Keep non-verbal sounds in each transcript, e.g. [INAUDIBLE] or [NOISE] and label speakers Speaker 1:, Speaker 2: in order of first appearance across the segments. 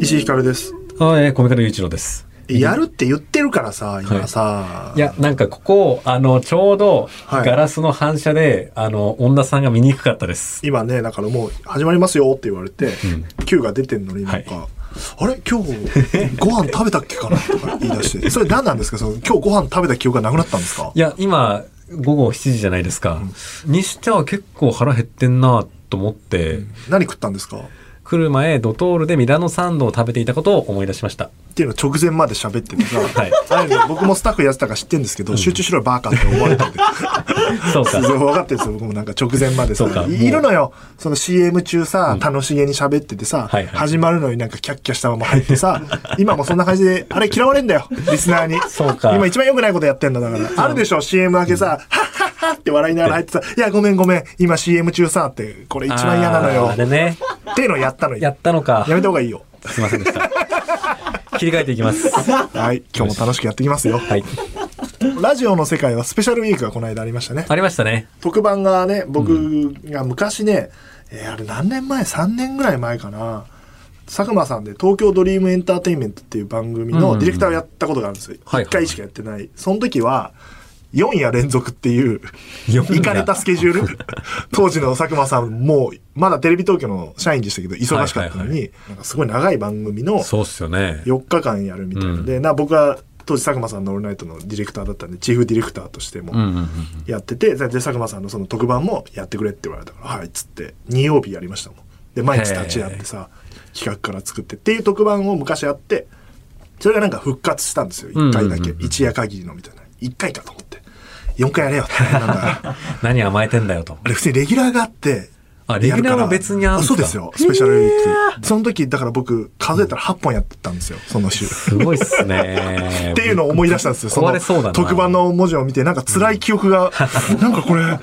Speaker 1: 石井ひかるです
Speaker 2: あえー、コミカルユイチロです。
Speaker 1: やるって言ってるからさ今さ、
Speaker 2: いや、なんかここ、あの、ちょうど、
Speaker 1: はい
Speaker 2: ガラスの反射で、あの、女さんが見にくかったです。
Speaker 1: 今ねだからもう始まりますよって言われて、Q が出てんのになんか、
Speaker 2: は
Speaker 1: あれ今日ご飯食べたっけか
Speaker 2: [LAUGHS]
Speaker 1: なとか言い出してそれ何なんですかその今日ご飯食べた記憶がなくなったんですか
Speaker 2: いや、今、午後7時じゃないですか。にしては結構腹減ってんなと思って、
Speaker 1: 何食ったんですかっ
Speaker 2: 来る前、ドトールでミラノサンドを食べていたことを思い出しました。
Speaker 1: ていうのを直前まで喋っててさ、
Speaker 2: はい
Speaker 1: ああいうの僕もスタッフやってたから知ってるんですけど、集中しろよバカって思われたんで
Speaker 2: そ
Speaker 1: [LAUGHS]
Speaker 2: うか。
Speaker 1: そう分かってるんですよ僕もなんか直前までさ
Speaker 2: そうかもう
Speaker 1: いいるのよその CM 中さ、楽しげに喋っててさ、
Speaker 2: はいはい
Speaker 1: 始まるのになんかキャッキャしたまま入って
Speaker 2: [LAUGHS]
Speaker 1: さ今もそんな感じであれ嫌われんだよリスナーに
Speaker 2: そうか
Speaker 1: 今一番良くないことやってんだだからあるでしょ CM 明けさ、ハッハッハッって笑いながら入ってさ「いやごめんごめん今 CM 中さ」ってこれ一番嫌なの
Speaker 2: あ
Speaker 1: よ
Speaker 2: ーあれね、
Speaker 1: っていうのをやったのよ
Speaker 2: や
Speaker 1: や
Speaker 2: ったのか。
Speaker 1: めた方がいいよ
Speaker 2: すいませんでした。切り替えてい
Speaker 1: [LAUGHS]
Speaker 2: きます。
Speaker 1: はい今日も楽しくやっていきますよ、
Speaker 2: はい。
Speaker 1: ラジオの世界はスペシャルウィークがこの間ありましたね
Speaker 2: ありましたね。
Speaker 1: 特番がね僕が昔ね、えーあれ何年前3年ぐらい前かな佐久間さんで東京ドリームエンターテインメントっていう番組
Speaker 2: うんうんう
Speaker 1: の
Speaker 2: ん
Speaker 1: ディレクターをやったことがあるんですよ、
Speaker 2: はいはい
Speaker 1: 1回しかやってないその時は4夜連続っていう
Speaker 2: 四夜
Speaker 1: 行かれたスケジュー
Speaker 2: [LAUGHS]
Speaker 1: ル当時の佐久間さんもうまだテレビ東京の社員でしたけど忙しかったのに、
Speaker 2: はい
Speaker 1: なんかすごい長い番組の
Speaker 2: そうっすよね。
Speaker 1: 4日間やるみたいな、でな僕は当時佐久間さんの「オールナイト」のディレクターだったんでチーフディレクターとしても、
Speaker 2: うんうんうん。
Speaker 1: やってて、で佐久間さんのその特番もやってくれって言われたから、はいっつって、2曜日やりましたもん。で、毎日立ち会ってさ、企画から作ってっていう特番を昔やって、それがなんか復活したんですよ、1回だ
Speaker 2: うんうん
Speaker 1: け。
Speaker 2: うんうん
Speaker 1: 一夜限りのみたいな。1回かと思って。4回やれよってなんだ。
Speaker 2: 何甘えてんだよと。
Speaker 1: [LAUGHS] あれ普通にレギュラーがあって、
Speaker 2: あレギュラー
Speaker 1: やるから
Speaker 2: は別にあるんです
Speaker 1: そ
Speaker 2: か
Speaker 1: うですよ、スペシャルウィーク。その時、だから僕、数えたら8本やってたんですよ、その週。
Speaker 2: すごいっす [LAUGHS] ね。
Speaker 1: っていうのを思い出したんですよ。そ
Speaker 2: 壊れそうだ
Speaker 1: の
Speaker 2: な
Speaker 1: 特番の文字を見て、なんか辛い記憶が、 [LAUGHS] なんかこれ、なんか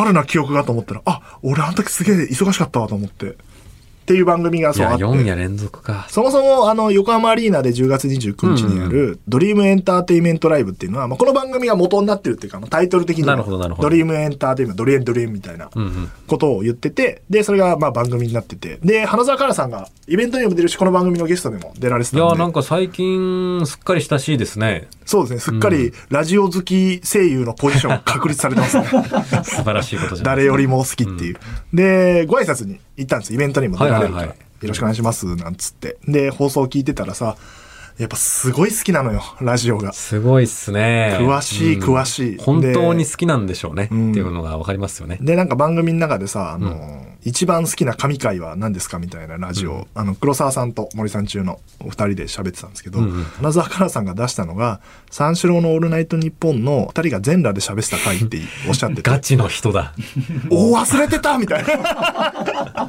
Speaker 1: あるな記憶がと思ったら、あ、俺あの時すげえ忙しかったわと思って。っていう番組が
Speaker 2: い
Speaker 1: そう
Speaker 2: や、
Speaker 1: あっ
Speaker 2: 4
Speaker 1: て。
Speaker 2: 夜連続か。
Speaker 1: そもそも、あの、横浜アリーナで10月29日にやる、ドリームエンターテイメントライブっていうのは、まあ、この番組が元になってるっていうか、まあタイトル的には
Speaker 2: なるほどなるほど
Speaker 1: ドリームエンターテイメント、ドリエンドリエンみたいなことを言ってて、で、それが、まあ、番組になってて、で、花澤香菜さんがイベントにも出るし、この番組のゲストでも出られてた
Speaker 2: い
Speaker 1: んで。
Speaker 2: や、なんか最近、すっかり親しいですね。
Speaker 1: そうですね。すっかりラジオ好き声優のポジション確立されてますね。
Speaker 2: [LAUGHS] 素晴らしいことじゃない。
Speaker 1: 誰よりも好きっていう。で、ご挨拶に行ったんですイベントにも出られるから。
Speaker 2: はいはいは
Speaker 1: よろしくお願いします、なんつって。で、放送を聞いてたらさ、やっぱすごい好きなのよ、ラジオが。
Speaker 2: すごいっすね。
Speaker 1: 詳しい、
Speaker 2: うん
Speaker 1: 詳しい。
Speaker 2: 本当に
Speaker 1: で
Speaker 2: 好きなんでしょうね。って
Speaker 1: ん
Speaker 2: いうのがわかりますよね。
Speaker 1: で、なんか番組の中でさ、あの、一番好きな神回は何ですかみたいなラジオ、あの、黒沢さんと森さん中のお二人で喋ってたんですけど、
Speaker 2: うんうん
Speaker 1: 花澤香菜さんが出したのが、三四郎のオールナイトニッポンの二人が全裸で喋ってた回っておっしゃってて、
Speaker 2: ガチの人だ。
Speaker 1: おお、忘れてたみたいな。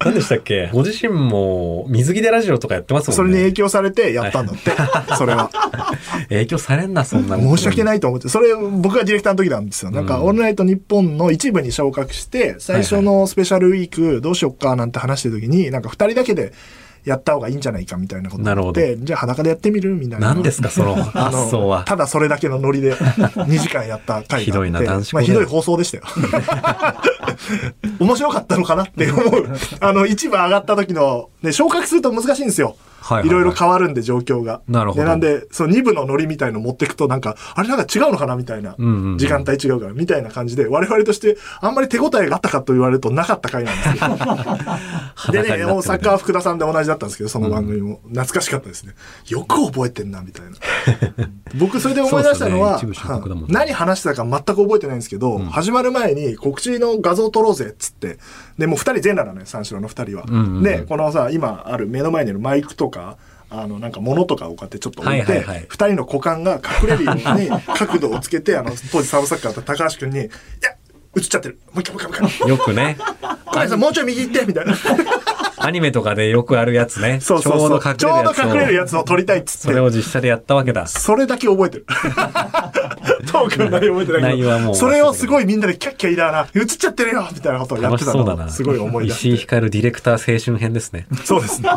Speaker 2: 何でしたっけご自身も水着でラジオとかやってます
Speaker 1: そ
Speaker 2: も
Speaker 1: れ
Speaker 2: ん
Speaker 1: に
Speaker 2: ね
Speaker 1: 影。響されてやったんだって、それ
Speaker 2: [LAUGHS]
Speaker 1: は。
Speaker 2: 影響されんな、そんな
Speaker 1: 申し訳
Speaker 2: い。
Speaker 1: ないと思って、それ僕がディレクターの時なんですよ。なんか、オールナイト日本の一部に昇格して、最初のスペシャルウィークどうしよっかなんて話してる時に、なんか二人だけでやった方がいいんじゃないかみたいなこと
Speaker 2: なる
Speaker 1: 言っ
Speaker 2: ほ
Speaker 1: て、じゃあ裸でやってみるみたいな。
Speaker 2: 何ですか、その
Speaker 1: [LAUGHS] あの
Speaker 2: 発想は。
Speaker 1: ただそれだけのノリで2時間やった回があって
Speaker 2: ひどいな男子校
Speaker 1: まあ、
Speaker 2: だ
Speaker 1: ひ
Speaker 2: よ
Speaker 1: どい放送でしたよ。 [LAUGHS] 面白かったのかなって思う。あの、一部上がった時の、ね、昇格すると難しいんですよ。
Speaker 2: はいはいはい
Speaker 1: いろいろ変わるんで状況が。
Speaker 2: なるほど
Speaker 1: でなんで、その2部のノリみたいの持ってくとなんか、あれなんか違うのかなみたいな。
Speaker 2: うんうんうん
Speaker 1: 時間帯違うから、みたいな感じで、我々としてあんまり手応えがあったかと言われるとなかった回なんです
Speaker 2: [LAUGHS]
Speaker 1: けど。で
Speaker 2: 裸に
Speaker 1: ね、
Speaker 2: な
Speaker 1: 大
Speaker 2: ってる
Speaker 1: 阪は福田さんで同じだったんですけど、その番組も。懐かしかったですね。よく覚えてんな、みたいな。僕、それで思い出したのは、
Speaker 2: そうっすね一部収穫だもんね
Speaker 1: はい何話してたか全く覚えてないんですけど、始まる前に告知の画像撮ろうぜ、っつって。で、もう二人全裸なのよ、三四郎の二人は。
Speaker 2: んうんうん
Speaker 1: で、このさ、今ある目の前にあるマイクとか、あの、なんか物とかをこうやってちょっと置い
Speaker 2: はい
Speaker 1: て、
Speaker 2: はいはい
Speaker 1: 二人の股間が隠れるように [LAUGHS] 角度をつけて、あの、当時サブサッカーだった高橋君に、いや、映っちゃってる。もう一回もう一回もう一回。
Speaker 2: よくね。 [LAUGHS]
Speaker 1: 小林さん、もうちょい右行ってみたいな。
Speaker 2: アニメとかでよくあるやつね。
Speaker 1: そうそうそう。
Speaker 2: ち
Speaker 1: ち
Speaker 2: ょ
Speaker 1: ょ
Speaker 2: う
Speaker 1: う
Speaker 2: ど
Speaker 1: ど
Speaker 2: 隠
Speaker 1: 隠
Speaker 2: れ
Speaker 1: れ
Speaker 2: る
Speaker 1: る
Speaker 2: や
Speaker 1: や
Speaker 2: つ
Speaker 1: つ
Speaker 2: を。
Speaker 1: を撮りたいっつ
Speaker 2: そ
Speaker 1: っ
Speaker 2: れ
Speaker 1: て。
Speaker 2: を実写でやったわけだ。
Speaker 1: それだけ覚えて
Speaker 2: [LAUGHS]
Speaker 1: る。トークの内容覚えてないけ
Speaker 2: 内容はもう
Speaker 1: ど、それをすごいみんなでキャッキャ言いながら、映っちゃってるよみたいなことをやっ
Speaker 2: 楽
Speaker 1: て
Speaker 2: したそうだ
Speaker 1: のを
Speaker 2: な。
Speaker 1: すごい思い出
Speaker 2: 石井
Speaker 1: して。
Speaker 2: 光ディレクター青春編ですね。
Speaker 1: そうですね。あ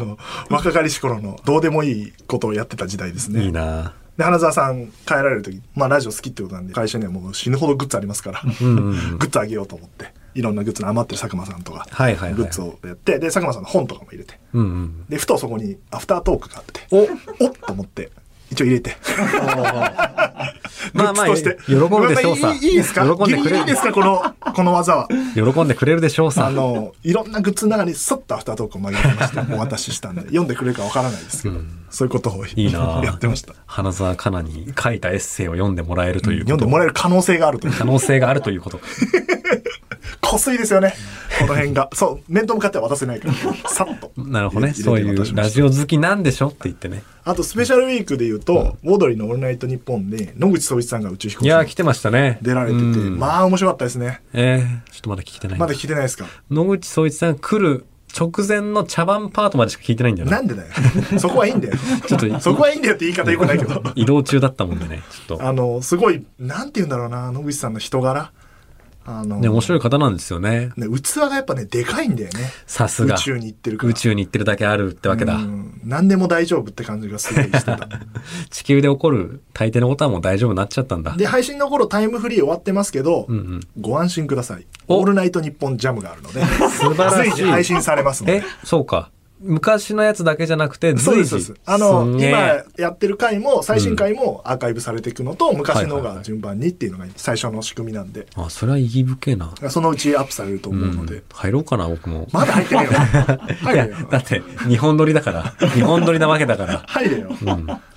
Speaker 1: の、若かりし頃のどうでもいいことをやってた時代ですね。
Speaker 2: いいな
Speaker 1: で花澤さん帰られる時まあラジオ好きってことなんで会社にはもう死ぬほどグッズありますから、
Speaker 2: んうんうん
Speaker 1: グッズあげようと思っていろんなグッズの余ってる佐久間さんとか、
Speaker 2: はいはいはい
Speaker 1: グッズをやってで佐久間さんの本とかも入れて
Speaker 2: うんうん。
Speaker 1: でふとそこにアフタートークがあって
Speaker 2: お
Speaker 1: おっと思って一応入れてグ
Speaker 2: まあ
Speaker 1: ッ
Speaker 2: ま
Speaker 1: ズ
Speaker 2: あ、
Speaker 1: として、
Speaker 2: 喜ぶでしょうさ。
Speaker 1: いいいいですか
Speaker 2: 喜ん
Speaker 1: ギ
Speaker 2: で
Speaker 1: リ
Speaker 2: く
Speaker 1: ギ
Speaker 2: れ
Speaker 1: リいいで
Speaker 2: る
Speaker 1: す。かこの [LAUGHS] この技は
Speaker 2: 喜んでくれるでしょう
Speaker 1: あ
Speaker 2: さ。
Speaker 1: のいろんなグッズの中にそっとアフタートークを紛れましてお渡ししたんで読んでくれるかわからないですけど、そういうことを
Speaker 2: いいな
Speaker 1: やってました
Speaker 2: 花澤香菜に書いたエッセイを読んでもらえるという
Speaker 1: 読ん
Speaker 2: こ
Speaker 1: で
Speaker 2: と。
Speaker 1: もらえる可能性があると
Speaker 2: [LAUGHS]
Speaker 1: いう
Speaker 2: 可能性があるとい
Speaker 1: [LAUGHS]
Speaker 2: うこと。
Speaker 1: こすいですよね。この辺が。そう、面と向かっては渡せないから、さっと。
Speaker 2: なるほどね。
Speaker 1: 入れて
Speaker 2: そうい
Speaker 1: 渡し
Speaker 2: う
Speaker 1: ま
Speaker 2: ラ
Speaker 1: した
Speaker 2: ジオ好きなんでしょって言ってね。
Speaker 1: あと、スペシャルウィークで言うと、オードリーのオールナイトニッポンで、野口聡一さんが宇宙飛行
Speaker 2: い
Speaker 1: 士
Speaker 2: やー、
Speaker 1: に
Speaker 2: 来てましたね。
Speaker 1: 出られてて、
Speaker 2: うん
Speaker 1: まあ面白かったですね。
Speaker 2: えー、ちょっとまだ聞いてない。
Speaker 1: まだ聞いてないですか
Speaker 2: 野口聡一さん来る直前の茶番パートまでしか聞いてないんだよ
Speaker 1: な
Speaker 2: ね。
Speaker 1: んでだよ。 [LAUGHS] そこはいいんだよ。
Speaker 2: ちょっと
Speaker 1: そこはいいんだよって言い方よくないけど。
Speaker 2: 移動中だったもんでね、ちょっと。
Speaker 1: あの、すごい、なんて言うんだろうな、野口さんの人柄。あの、
Speaker 2: ね、面白い方なんですよね。
Speaker 1: ね器がやっぱね、でかいんだよね。
Speaker 2: さすが。
Speaker 1: 宇宙に行ってるから。
Speaker 2: 宇宙に行ってるだけあるってわけだ
Speaker 1: う。ん何でも大丈夫って感じがすごいして
Speaker 2: [LAUGHS]
Speaker 1: た。
Speaker 2: 地球で起こる大抵のことはもう大丈夫になっちゃったんだ。
Speaker 1: で、配信の頃タイムフリー終わってますけど、
Speaker 2: うんうん。
Speaker 1: ご安心ください。
Speaker 2: お
Speaker 1: オールナイトニッポンジャムがあるので、
Speaker 2: 素晴ら
Speaker 1: 随時配
Speaker 2: しい。
Speaker 1: 信されますの
Speaker 2: え
Speaker 1: で。、
Speaker 2: そうか。昔のやつだけじゃなくて、
Speaker 1: そうで
Speaker 2: 随
Speaker 1: すそう
Speaker 2: 時。
Speaker 1: です。あの、
Speaker 2: す
Speaker 1: 今
Speaker 2: げえ
Speaker 1: やってる回も、最新回もアーカイブされていくのと、昔の
Speaker 2: はいはいは
Speaker 1: が
Speaker 2: い
Speaker 1: 順番にっていうのが最初の仕組みなんで、
Speaker 2: あ、それは意義深えな。
Speaker 1: そのうちアップされると思うので。
Speaker 2: 入ろうかな、僕も。
Speaker 1: まだ入ってねえよ。入
Speaker 2: [LAUGHS] い
Speaker 1: れ
Speaker 2: や、
Speaker 1: よ。
Speaker 2: だって、日本撮り
Speaker 1: [LAUGHS]
Speaker 2: だから。日本撮りなわけだから。
Speaker 1: 入れよ。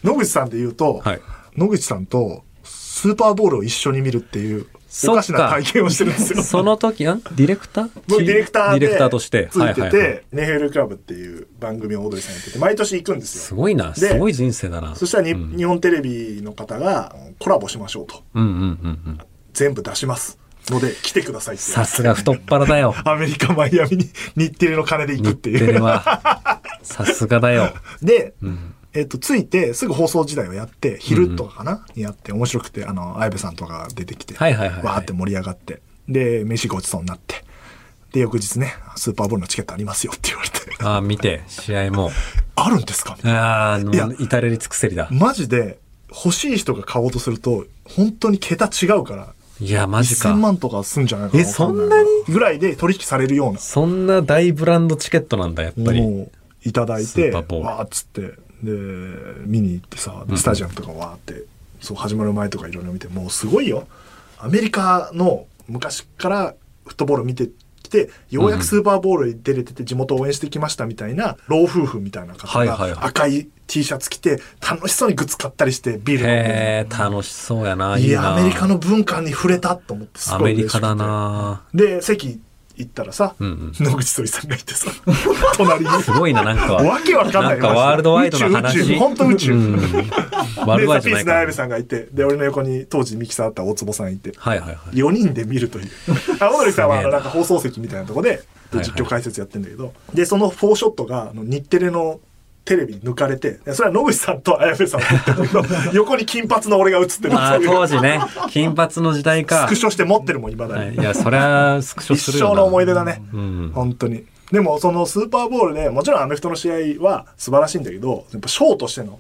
Speaker 1: 野口さんで言うと
Speaker 2: はい、
Speaker 1: 野口さんとスーパーボールを一緒に見るっていう、
Speaker 2: そっ
Speaker 1: お
Speaker 2: か
Speaker 1: かしな体験をしてるんですよ。
Speaker 2: その時、んディレクター
Speaker 1: [LAUGHS] 僕ディレクターで
Speaker 2: ディレクターとして。
Speaker 1: ついて
Speaker 2: はいはいはい
Speaker 1: て、ネヘルクラブっていう番組をオードリーさんやってて、毎年行くんですよ。
Speaker 2: すごいな。
Speaker 1: です
Speaker 2: ごい人生だな。
Speaker 1: そしたらに、
Speaker 2: うん
Speaker 1: 日本テレビの方がコラボしましょうと。
Speaker 2: うんうんうんうん。
Speaker 1: 全部出します。ので、来てくださいって。
Speaker 2: さすが太っ腹だよ。
Speaker 1: アメリカ・マイアミに日テレの金で [LAUGHS] 行くっ
Speaker 2: 日
Speaker 1: て
Speaker 2: テ
Speaker 1: いう。
Speaker 2: レは。さすがだよ。
Speaker 1: [LAUGHS] で、
Speaker 2: ん
Speaker 1: えっ、と、ついて、すぐ放送時代をやって、昼とかかな、にやって、面白くて、あの、綾部さんとかが出てきて、
Speaker 2: はいはいはいはい
Speaker 1: わーって盛り上がって、で、飯ごちそうになって、で、翌日ね、スーパーボールのチケットありますよって言われて、
Speaker 2: ああ、見て、試合も。
Speaker 1: あるんですかみたいな
Speaker 2: ああ、も
Speaker 1: いや
Speaker 2: う至れり尽くせりだ。
Speaker 1: マジで、欲しい人が買おうとすると、本当に桁違うから、
Speaker 2: いや、マジ
Speaker 1: 1000
Speaker 2: か。
Speaker 1: 万とかすんじゃないかな。
Speaker 2: えそんなに
Speaker 1: ぐらいで取引されるような
Speaker 2: そんな大ブランドチケットなんだ、やっぱ
Speaker 1: も
Speaker 2: り。
Speaker 1: のをいただい
Speaker 2: スー
Speaker 1: て、
Speaker 2: パ
Speaker 1: わ
Speaker 2: ーボール
Speaker 1: ーっつって、で、見に行ってさ、スタジアムとかわーって、そう、始まる前とかいろいろ見て、もうすごいよ。アメリカの昔からフットボール見てきて、ようやくスーパーボールに出れてて地元応援してきましたみたいな、老夫婦みたいな方
Speaker 2: はいはいはい
Speaker 1: が赤い T シャツ着て、楽しそうにグッズ買ったりして、ビール飲んで。
Speaker 2: へえ、楽しそうやな。い
Speaker 1: い
Speaker 2: い
Speaker 1: や、
Speaker 2: な。
Speaker 1: アメリカの文化に触れたと思って、す
Speaker 2: ア
Speaker 1: ごい
Speaker 2: メ
Speaker 1: 嬉
Speaker 2: リ
Speaker 1: しくて
Speaker 2: カだな。
Speaker 1: で、席行ったらさ、
Speaker 2: んうん
Speaker 1: 野口聡一さんがいてさ、隣に。
Speaker 2: すごいな、な
Speaker 1: [LAUGHS]
Speaker 2: んか。
Speaker 1: わけわかんない
Speaker 2: なんかワールドワイドな
Speaker 1: 宇宙宇宙
Speaker 2: 話。
Speaker 1: 本当宇宙
Speaker 2: うんワール
Speaker 1: で、
Speaker 2: ドワイ
Speaker 1: ザ・ピ
Speaker 2: ド
Speaker 1: ー
Speaker 2: じゃ
Speaker 1: スの
Speaker 2: ないか
Speaker 1: 綾
Speaker 2: ら
Speaker 1: 部。さんがいて、で、俺の横に当時ミキサーだった大坪さんいて、
Speaker 2: はいはいはい。
Speaker 1: 4人で見るとい
Speaker 2: [LAUGHS]
Speaker 1: う。あ、オードリーさんはあ
Speaker 2: すげえ
Speaker 1: のなん
Speaker 2: な
Speaker 1: か放送席みたいなとこで、
Speaker 2: はいはい
Speaker 1: 実況解説やってんだけど、で、そのフォーショットが、あの日テレのテレビに抜かれて、でそれは野口さんと綾部さんが撮ってるん
Speaker 2: [LAUGHS]
Speaker 1: だけど、横に金髪の俺が映ってる
Speaker 2: あ
Speaker 1: っ
Speaker 2: あ、
Speaker 1: ていう。
Speaker 2: 当時ね、金髪の時代
Speaker 1: ス
Speaker 2: か
Speaker 1: ク。ショして持ってるもん、今だ
Speaker 2: はい
Speaker 1: に
Speaker 2: い。や、そりゃ、スクショ
Speaker 1: 一
Speaker 2: するよな。
Speaker 1: 生の思い出だね、
Speaker 2: うん
Speaker 1: 本当にでもそのスーパーボールでもちろんアメフトの試合は素晴らしいんだけどやっぱショーとしての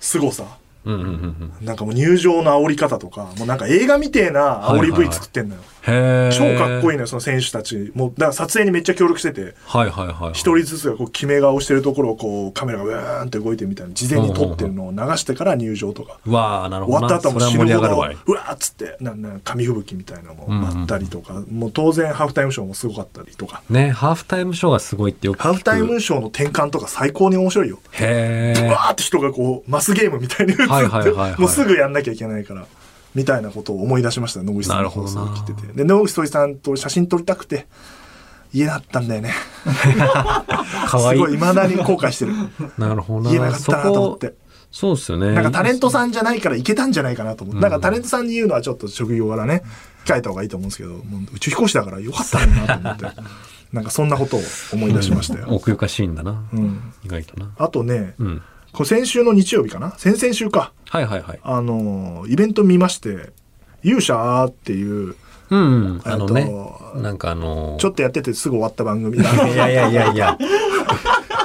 Speaker 1: 凄さ
Speaker 2: うんうんうんうん。
Speaker 1: なんかもう入場の煽り方とかもうなんか映画みてえな煽り V 作ってんのよ、
Speaker 2: へえ。
Speaker 1: 超かっこいい
Speaker 2: い。
Speaker 1: のよその選手たちもうだから撮影にめっちゃ協力してて
Speaker 2: はいはいはい。
Speaker 1: 一人ずつがこう決め顔してるところをこうカメラがウーンって動いてみたいな事前に撮ってるのを流してから入場とか
Speaker 2: うわあ、なる
Speaker 1: 終
Speaker 2: ほ
Speaker 1: わ
Speaker 2: ど
Speaker 1: っ
Speaker 2: な。
Speaker 1: た後も
Speaker 2: それ
Speaker 1: 死
Speaker 2: は盛り
Speaker 1: ぬ
Speaker 2: 上
Speaker 1: ほ
Speaker 2: がる
Speaker 1: ど、う
Speaker 2: わ
Speaker 1: わ
Speaker 2: い。
Speaker 1: ーっつって、なんなん紙吹雪みたいなのもあったりとか、もう当然ハーフタイムショーもすごかったりとか、
Speaker 2: ね、ハーフタイムショーがすごいってよく聞く。
Speaker 1: ハーフタイムショーの転換とか最高に面白いよ。
Speaker 2: へ
Speaker 1: う
Speaker 2: え
Speaker 1: わ。ーって人がこう、マスゲームみたいに映って、
Speaker 2: はいはいはいはい
Speaker 1: もうすぐやんなきゃいけないから、みたいなことを思い出しました、野口さん
Speaker 2: な
Speaker 1: の
Speaker 2: るほ
Speaker 1: 放
Speaker 2: ど
Speaker 1: 送
Speaker 2: な
Speaker 1: を聞いてて。で、野口聡一さんと写真撮りたくて、家だったんだよね。
Speaker 2: かわいい
Speaker 1: すごい。未だに後悔
Speaker 2: [LAUGHS]
Speaker 1: してる。
Speaker 2: なるほど
Speaker 1: 言えなか
Speaker 2: な。
Speaker 1: っ
Speaker 2: そ
Speaker 1: たなと思っ
Speaker 2: こ
Speaker 1: て、
Speaker 2: そうですよね。
Speaker 1: なんかタレントさんじゃないからいけたんじゃないかなと思って、なんかタレントさんに言うの
Speaker 2: [LAUGHS]
Speaker 1: はちょっと職業柄ね、控えた方がいいと思うんですけど、もう宇宙飛行士だからよかったのになと思って。なんかそんなことを思い出しましたよ。
Speaker 2: 奥ゆかしいんだな。
Speaker 1: うん、
Speaker 2: 意外とな。
Speaker 1: あとね、
Speaker 2: うん。
Speaker 1: これ先週の日曜日かな先々週か。
Speaker 2: はいはいはい。
Speaker 1: あのーイベント見まして、勇者っていう、
Speaker 2: うんうん。あの
Speaker 1: え
Speaker 2: ね
Speaker 1: っと。
Speaker 2: なんかあのー
Speaker 1: ちょっとやっててすぐ終わった番組。い
Speaker 2: いやいやいやい
Speaker 1: [LAUGHS]
Speaker 2: や。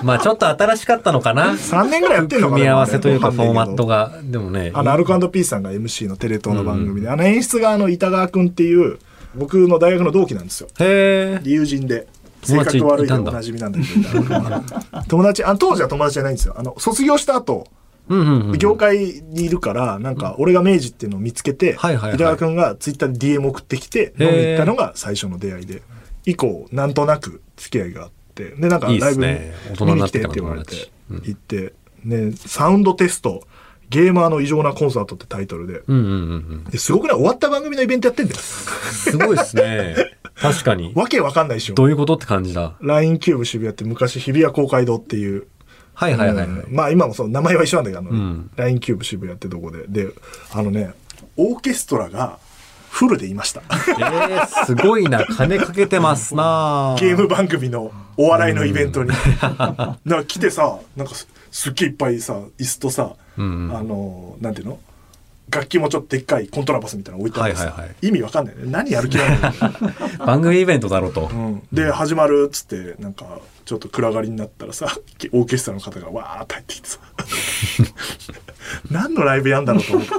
Speaker 2: まあちょっと新しかったのかな。
Speaker 1: 3年ぐらいやってんのかな
Speaker 2: 組み合わせというか
Speaker 1: で
Speaker 2: フ
Speaker 1: もね
Speaker 2: ォーマットが。でもね。
Speaker 1: あの、アルコピースさんが MC のテレ東の番組で、あの演出側の板川くんっていう、僕の大学の同期なんですよ。
Speaker 2: へえ。
Speaker 1: 友人で。性
Speaker 2: 友達
Speaker 1: 格悪い
Speaker 2: いた
Speaker 1: でお
Speaker 2: んだ
Speaker 1: なじみなんだけど板川君は、友達、あ当時は友達じゃないんですよ。あの、卒業した後、
Speaker 2: うんうんうん。
Speaker 1: 業界にいるから、なんか、俺が明治っていうのを見つけて、
Speaker 2: はいはいはい
Speaker 1: 板川くんがツイッターで DM 送ってきて、飲み行ったのが最初の出会いで、以降、なんとなく付き合いがあって、で、なんか
Speaker 2: いいっ
Speaker 1: ライ
Speaker 2: す
Speaker 1: ブに
Speaker 2: ね大人
Speaker 1: 見
Speaker 2: に
Speaker 1: に来
Speaker 2: なって
Speaker 1: てっ
Speaker 2: か
Speaker 1: て
Speaker 2: らの
Speaker 1: 言われて
Speaker 2: 友、
Speaker 1: 行って、ね、サウンドテスト、ゲーマーの異常なコンサートってタイトルで、
Speaker 2: うんうんうんうん。
Speaker 1: ですごくない終わった番組のイベントやってんだよ。
Speaker 2: すごいですね。確かに。
Speaker 1: わけわかんないでしょ
Speaker 2: ど。ういうことって感じだ。
Speaker 1: LINE キューブ渋谷って昔日比谷公会堂っていう、
Speaker 2: はいはいはいはい。
Speaker 1: うんまあ今もその名前は一緒なんだけど、あの
Speaker 2: う
Speaker 1: LINE、
Speaker 2: ん
Speaker 1: キューブ渋谷ってとこで。で、あのね、オーケストラがフルでいました。 [LAUGHS]
Speaker 2: えー、すごいな。金かけてますな。
Speaker 1: ゲーム番組のお笑いのイベン
Speaker 2: [LAUGHS]
Speaker 1: トに。なんか来てさ、なんかすすっげえいっぱいさ、椅子とさ、
Speaker 2: うんうん
Speaker 1: あのー、なんていうの楽器もちょっとでっかいコントラバスみたいなの置いてあってさ、
Speaker 2: はいはいはい
Speaker 1: 意味わかんないね。何やる気なの
Speaker 2: 番組イベントだろうと。
Speaker 1: うん、で始まるっつってなんかちょっと暗がりになったらさ [LAUGHS] オーケストラの方がわーって入ってきてさ [LAUGHS] 何のライブやんだろうと思って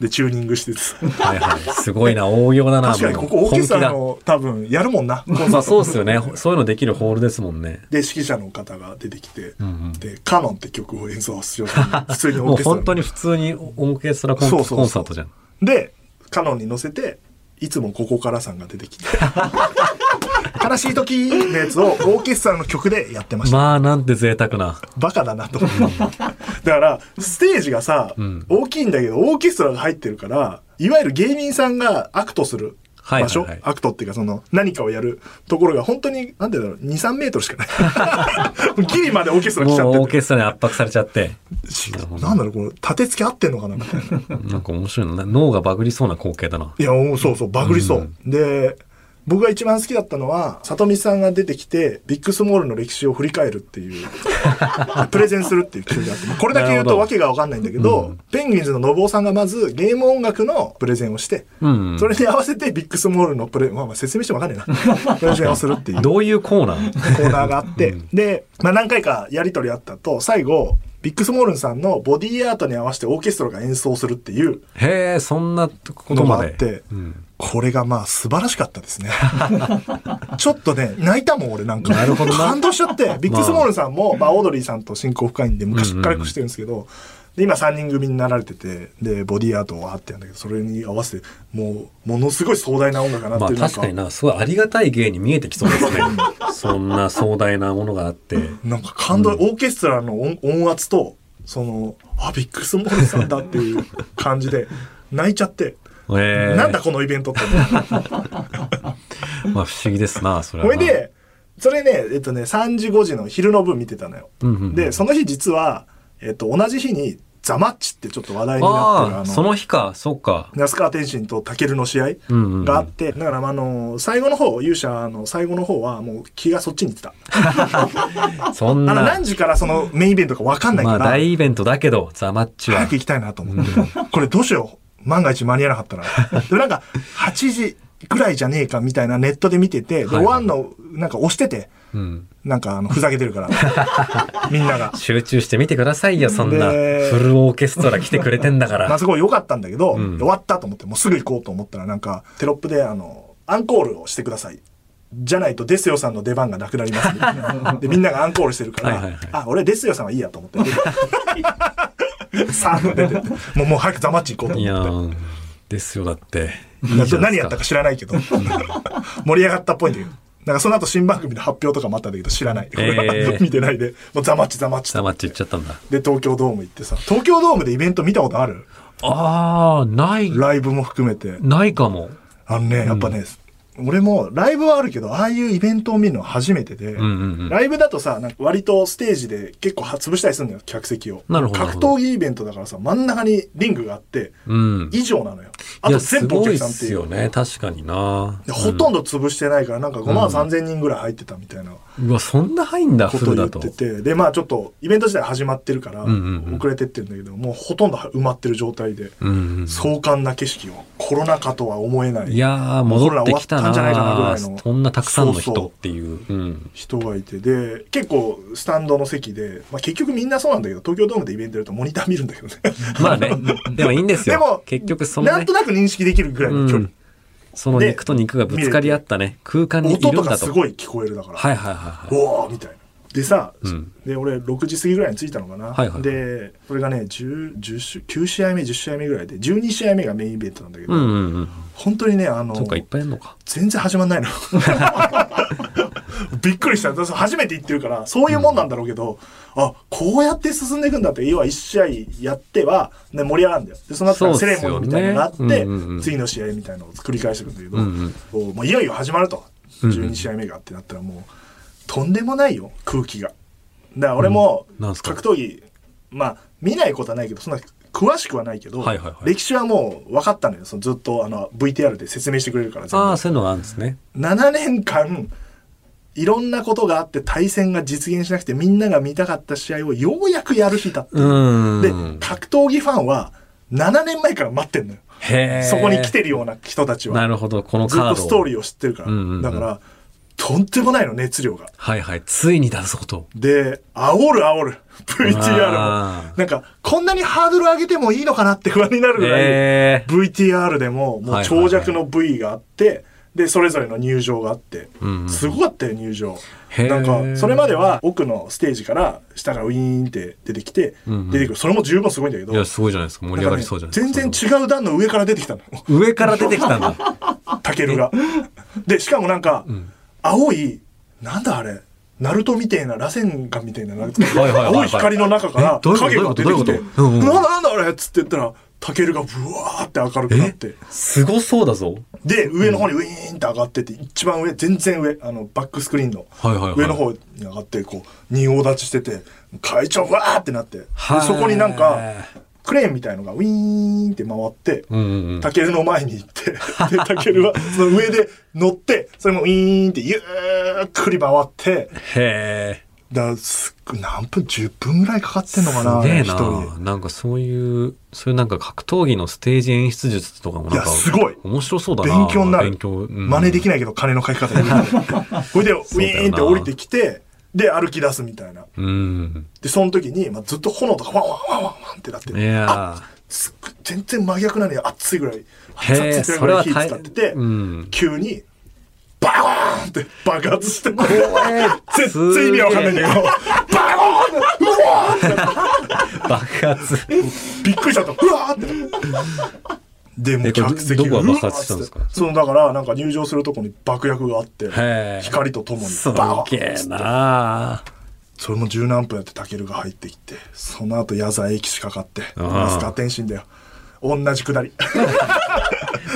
Speaker 1: でチューニングしててさ
Speaker 2: はいはい。すごいな。応用だな。
Speaker 1: 確かに
Speaker 2: も
Speaker 1: こ
Speaker 2: う
Speaker 1: こオーケストラ
Speaker 2: 本
Speaker 1: の多分やるもんなコンサート
Speaker 2: 気だ。まあ [LAUGHS] そうっす
Speaker 1: [LAUGHS]
Speaker 2: よね。そういうのできるホールですもんね。
Speaker 1: で指揮者の方が出てきて、
Speaker 2: んうん
Speaker 1: で「カノン」って曲を演奏しようと
Speaker 2: [LAUGHS]
Speaker 1: 普通にオ
Speaker 2: も
Speaker 1: ー
Speaker 2: う
Speaker 1: ケストラ
Speaker 2: 本当に普通にオーケストラコン
Speaker 1: そうそうそう
Speaker 2: コンサートじゃん。
Speaker 1: でカノンに乗せていつもここからさんが出て
Speaker 2: [LAUGHS]
Speaker 1: きて「悲しい時」のやつをオーケストラの曲でやってました
Speaker 2: まあなんて贅沢な。
Speaker 1: バカだなと思って。だから、ステージがさ、
Speaker 2: ん
Speaker 1: 大きいんだけど、オーケストラが入ってるから、いわゆる芸人さんがアクトする場所、
Speaker 2: はいはいはい
Speaker 1: アクトっていうか、その、何かをやるところが、本当に、なんて言うんだろう、2、3メートルしか
Speaker 2: [LAUGHS]
Speaker 1: ない。ギリまでオーケストラ来
Speaker 2: も
Speaker 1: ちゃ
Speaker 2: うオ
Speaker 1: っ
Speaker 2: ー
Speaker 1: てて
Speaker 2: ケストラに圧迫されち
Speaker 1: [LAUGHS]
Speaker 2: ゃって。
Speaker 1: しなんだろう、この、立て付け合ってんのかな、みたいな。
Speaker 2: なんか面白いな。脳がバグりそうな光景だな。
Speaker 1: いや、もうそうそう、バグりそう。で、僕が一番好きだったのは、里見さんが出てきて、ビッグスモールの歴史を振り返るって
Speaker 2: [LAUGHS]
Speaker 1: いう、プレゼンするっていう企画があって、まあこれだけ言う
Speaker 2: なる
Speaker 1: と
Speaker 2: ほど
Speaker 1: わけがわかんないんだけど、ペンギンズの信夫さんがまずゲーム音楽のプレゼンをして、
Speaker 2: うん。
Speaker 1: それに合わせてビッグスモールのプレ、まあ、まあ説明してもわかん
Speaker 2: [LAUGHS]
Speaker 1: ないな。プレゼンをするっていう。
Speaker 2: どういうコーナー
Speaker 1: [LAUGHS] コーナーがあって、で、まあ、何回かやり取りあったと、最後、ビッグスモールンさんのボディーアートに合わせてオーケストラが演奏するっていう、
Speaker 2: へえ、そんなこと
Speaker 1: のも
Speaker 2: ま
Speaker 1: あっ
Speaker 2: で。
Speaker 1: て、
Speaker 2: うん
Speaker 1: これがまあ素晴らしかったですね。 [LAUGHS] ちょっとね、泣いたもん俺なんか。
Speaker 2: なるほどな
Speaker 1: 感動しちゃって、ビッグスモールさんも、まあオードリーさんと親交深いんで昔からよくしてるんですけど、で今3人組になられてて、で、ボディアートをわーってやるんだけど、それに合わせて、もう、ものすごい壮大な音楽がな
Speaker 2: ま
Speaker 1: っ
Speaker 2: あ
Speaker 1: てる、
Speaker 2: 確かにな、すごいありがたい芸に見えてきそう
Speaker 1: [LAUGHS]
Speaker 2: ですね。そんな壮大なものがあって。
Speaker 1: なんか感動、オーケストラの音音圧と、その、あ、ビッグスモールさんだっていう感
Speaker 2: [LAUGHS]
Speaker 1: じで、泣いちゃって、
Speaker 2: ええ。
Speaker 1: なんだこのイベント
Speaker 2: [LAUGHS]
Speaker 1: って。
Speaker 2: まあ不思議ですな、それは
Speaker 1: こ
Speaker 2: な。
Speaker 1: れで、それね、えっとね、3時5時の昼の分見てたのよ。
Speaker 2: うんうんうん
Speaker 1: で、その日実は、えっと、同じ日に、ザマッチってちょっと話題になってる、
Speaker 2: あ
Speaker 1: あ
Speaker 2: あ、そ
Speaker 1: の、
Speaker 2: の日か、そっか。
Speaker 1: 那須川天心とタケルの試合
Speaker 2: うんうんうん
Speaker 1: があって、だから、あの、最後の方、勇者の最後の方は、もう気がそっちに行ってた。
Speaker 2: そん
Speaker 1: あの、
Speaker 2: な
Speaker 1: 何。時からそのメインイベントかわかんない
Speaker 2: ま
Speaker 1: か
Speaker 2: あ
Speaker 1: ら、
Speaker 2: 大イベントだけど、ザ・マッチ
Speaker 1: 早
Speaker 2: は
Speaker 1: く。行きたいなと思って。これどうしよう。万が一間に合わなかったら。で、なんか、8時ぐらいじゃねえかみたいなネットで見てて、で、
Speaker 2: はい
Speaker 1: ワンの、なんか押してて、
Speaker 2: うん。
Speaker 1: なんか、あの、ふざけてるから。
Speaker 2: [LAUGHS]
Speaker 1: みんなが。
Speaker 2: 集中して見てくださいよ、そんな。フ
Speaker 1: で
Speaker 2: ルオーケストラ来てくれてんだか
Speaker 1: まあ、 [LAUGHS]
Speaker 2: ら。
Speaker 1: すごい良かったんだけど、
Speaker 2: うん
Speaker 1: 終わったと思って、もうすぐ行こうと思ったら、なんか、テロップで、あの、アンコールをしてください。じゃないと、デスヨさんの出番がなくなりますみ
Speaker 2: [LAUGHS]
Speaker 1: たいな。で、みんながアンコールしてるから、
Speaker 2: はいはいはい
Speaker 1: あ、俺、デスヨさんはいいやと思って。 [LAUGHS] さあ、出てって。もう、もう早くザマッチ行こうと
Speaker 2: いや
Speaker 1: 思って。
Speaker 2: ーですよ、だって。いいじゃな
Speaker 1: だって
Speaker 2: いです
Speaker 1: 何やったか知らないけど。盛り上がったっぽいんだけど。なんかその後新番組の発表とかもあったんだけど知らない。
Speaker 2: えー
Speaker 1: 見てないで。もうザマッチザマッチ
Speaker 2: ザ・マッチ行っちゃったんだ。
Speaker 1: で東京ドーム行ってさ。東京ドームでイベント見たことある
Speaker 2: ああ、ない、
Speaker 1: ライブも含めて。
Speaker 2: ないかも。
Speaker 1: あのね、やっぱね、俺もライブはあるけど、ああいうイベントを見るのは初めてで、
Speaker 2: うんうんうん
Speaker 1: ライブだとさ、なんか割とステージで結構は潰したりするんだよ、客席を。
Speaker 2: なるほど
Speaker 1: 格闘技イベントだからさ、真ん中にリングがあって、
Speaker 2: うん。
Speaker 1: 以上なのよ。あ
Speaker 2: い
Speaker 1: と
Speaker 2: や、す
Speaker 1: 全部お
Speaker 2: ご
Speaker 1: 客
Speaker 2: いっ
Speaker 1: さんって
Speaker 2: す
Speaker 1: いう
Speaker 2: よね。確かにな。
Speaker 1: でほとんど潰してないからなんか5万3千人ぐらい入ってたみたいな
Speaker 2: うわ、そんな入んだ、
Speaker 1: こと
Speaker 2: フ
Speaker 1: を
Speaker 2: ル
Speaker 1: 言
Speaker 2: だ
Speaker 1: っ
Speaker 2: と。
Speaker 1: てて、でまあちょっとイベント自体始まってるから
Speaker 2: んうんうん
Speaker 1: 遅れてってるんだけど、もうほとんど埋まってる状態で、
Speaker 2: うんうん。
Speaker 1: 壮観な景色をコロナ禍とは思えないい
Speaker 2: やー、戻ってきた
Speaker 1: コロナ終わったんじゃないかなぐら
Speaker 2: ない
Speaker 1: の
Speaker 2: そんなたくさんの
Speaker 1: そうそ
Speaker 2: 人
Speaker 1: う
Speaker 2: っていう。うん。
Speaker 1: 人がいてで結構スタンドの席で、まあ、結局みんなそうなんだけど東京ドームでイベントやるとモニター見るんだけどね
Speaker 2: [LAUGHS] まあね、でもいいんです
Speaker 1: でも
Speaker 2: よ。結局、その
Speaker 1: なん
Speaker 2: ね
Speaker 1: と、なく認識できるぐらいの距
Speaker 2: う
Speaker 1: 離
Speaker 2: ん、その肉と肉がぶつかり合ったね、空間にい
Speaker 1: 音
Speaker 2: る
Speaker 1: と
Speaker 2: ん
Speaker 1: か
Speaker 2: だ
Speaker 1: す
Speaker 2: と。
Speaker 1: ごい聞こえるだから、
Speaker 2: はいはいはいは
Speaker 1: おーみたいなでさ、
Speaker 2: うん
Speaker 1: で俺6時過ぎぐらいに着いたのかな、
Speaker 2: はいはい
Speaker 1: でそれがね10 10試9試合目10試合目ぐらいで12試合目がメインイベントなんだけ
Speaker 2: い。
Speaker 1: ど、
Speaker 2: うんうんうん。
Speaker 1: 本当にねあの
Speaker 2: そうか、いっぱいやるのか。
Speaker 1: 全然始まんないの [LAUGHS] びっくりした私初めて行ってるからそういうもんなんだろうけど、あこうやって進んでいくんだって要は1試合やっては、ね、盛り上がるんだよでその後から
Speaker 2: そ
Speaker 1: セ
Speaker 2: うっ
Speaker 1: レ
Speaker 2: す
Speaker 1: モニー
Speaker 2: よね
Speaker 1: みたいなのがあって、
Speaker 2: うんうんうん
Speaker 1: 次の試合みたいなのを繰り返してるんだけど、
Speaker 2: うんうん
Speaker 1: こうもういよいよ始まると
Speaker 2: うんうん
Speaker 1: 12試合目がってなったらもう、とんでもないよ空気がだから俺も
Speaker 2: うんなんすか
Speaker 1: 格闘技、まあ見ないことはないけどそんな詳しくはないけど、
Speaker 2: はいはいはい
Speaker 1: 歴史はもう分かったのよそのずっとあの VTR で説明してくれるから全部
Speaker 2: ああ、そういうのがあるんですね。
Speaker 1: 7年間いろんなことがあって対戦が実現しなくてみんなが見たかった試合をようやくやる日だって、
Speaker 2: う
Speaker 1: で
Speaker 2: ーん。
Speaker 1: 格闘技ファンは7年前から待ってんのよ、
Speaker 2: へえ。
Speaker 1: そこに来てるような人たちは
Speaker 2: なるほど、この
Speaker 1: ずっ
Speaker 2: カードを。
Speaker 1: とストーリーを知ってるから、
Speaker 2: うんうんうん
Speaker 1: だからとんでもないの熱量が
Speaker 2: はいはい。ついに出そうと。
Speaker 1: で煽る煽る [LAUGHS] VTR
Speaker 2: あ
Speaker 1: もなんかこんなにハードル上げてもいいのかなって不安になるぐらい、
Speaker 2: ええ
Speaker 1: VTR でももう長尺の V があって、でそれぞれの入場があって、
Speaker 2: うんうん
Speaker 1: すごかったよ入場
Speaker 2: へー
Speaker 1: なんかそれまでは奥のステージから下がウィーンって出てきて、
Speaker 2: うんうん
Speaker 1: 出てくるそれも十分すごいんだけど
Speaker 2: いや、すごいじゃないですか。盛り上がりそうじゃないです
Speaker 1: なん
Speaker 2: か。
Speaker 1: かね全然違う段の上から出てきたの
Speaker 2: 上から出てきた
Speaker 1: [LAUGHS]
Speaker 2: んだ。
Speaker 1: タケルがでしかもなんか、青いなんだあれナルトみたいな螺旋岩みたいななんか
Speaker 2: はいはいはい
Speaker 1: 青い光の中から
Speaker 2: えどう
Speaker 1: 影
Speaker 2: いう
Speaker 1: が
Speaker 2: こと
Speaker 1: 出てきて
Speaker 2: どういう
Speaker 1: 「
Speaker 2: ことうんうん
Speaker 1: なんだなんだあれ」っつって言ったらタケルがブワーって明るくなって。
Speaker 2: すごそうだぞ。
Speaker 1: で上の方にウィーンって上がってって一番上全然上あのバックスクリーンの
Speaker 2: はいはいはい
Speaker 1: 上の方に上がってこう仁王立ちしてて会長わーってなってで
Speaker 2: はい
Speaker 1: そこになんかクレーンみたいのがウィーンって回って
Speaker 2: うんうんうん。
Speaker 1: タケルの前に行ってでタケルはその上で乗ってそれもウィーンってゆっくり回って
Speaker 2: へえ。
Speaker 1: だからすっごい何分10分ぐらいかかってんのかな
Speaker 2: すげえ
Speaker 1: 一人
Speaker 2: な。なんかそういう、そういうなんか格闘技のステージ演出術とかもなん
Speaker 1: いや
Speaker 2: か、
Speaker 1: すごい
Speaker 2: 面白そうだな。
Speaker 1: 勉強になる
Speaker 2: 勉強。うん
Speaker 1: 真似できないけど金の書き方が分かん
Speaker 2: [LAUGHS]
Speaker 1: ないほいでウ
Speaker 2: そうだ
Speaker 1: ィ
Speaker 2: よな
Speaker 1: ーンって降りてきてで歩き出すみたいな
Speaker 2: うん。
Speaker 1: でその時に、まあ、ずっと炎とかワンワンワンワンワンってなって
Speaker 2: いや
Speaker 1: すっごい全然真逆なのに熱いぐらい熱
Speaker 2: ー。へえ、
Speaker 1: 熱い
Speaker 2: そ
Speaker 1: ぐ
Speaker 2: れ
Speaker 1: らい
Speaker 2: は
Speaker 1: 火
Speaker 2: 大
Speaker 1: 使ってて、
Speaker 2: うん。
Speaker 1: 急にバコーンって爆発して [LAUGHS] 全
Speaker 2: え
Speaker 1: 然意味わかんないんだけどバコーンってうわーって [LAUGHS]
Speaker 2: 爆発。
Speaker 1: びっくりしちゃったうわーってでもう
Speaker 2: えこれ
Speaker 1: 客席
Speaker 2: どこが
Speaker 1: うわーっ
Speaker 2: 爆発したんですか
Speaker 1: つってそのだからなんか入場するとこに爆薬があって
Speaker 2: へえ。
Speaker 1: 光とともに
Speaker 2: す
Speaker 1: バ
Speaker 2: げ
Speaker 1: ーンっ
Speaker 2: え
Speaker 1: つって
Speaker 2: な
Speaker 1: それも十何分やってタケルが入ってきてその後矢沢駅しかかって
Speaker 2: あー
Speaker 1: スカ天心だよ同じくだり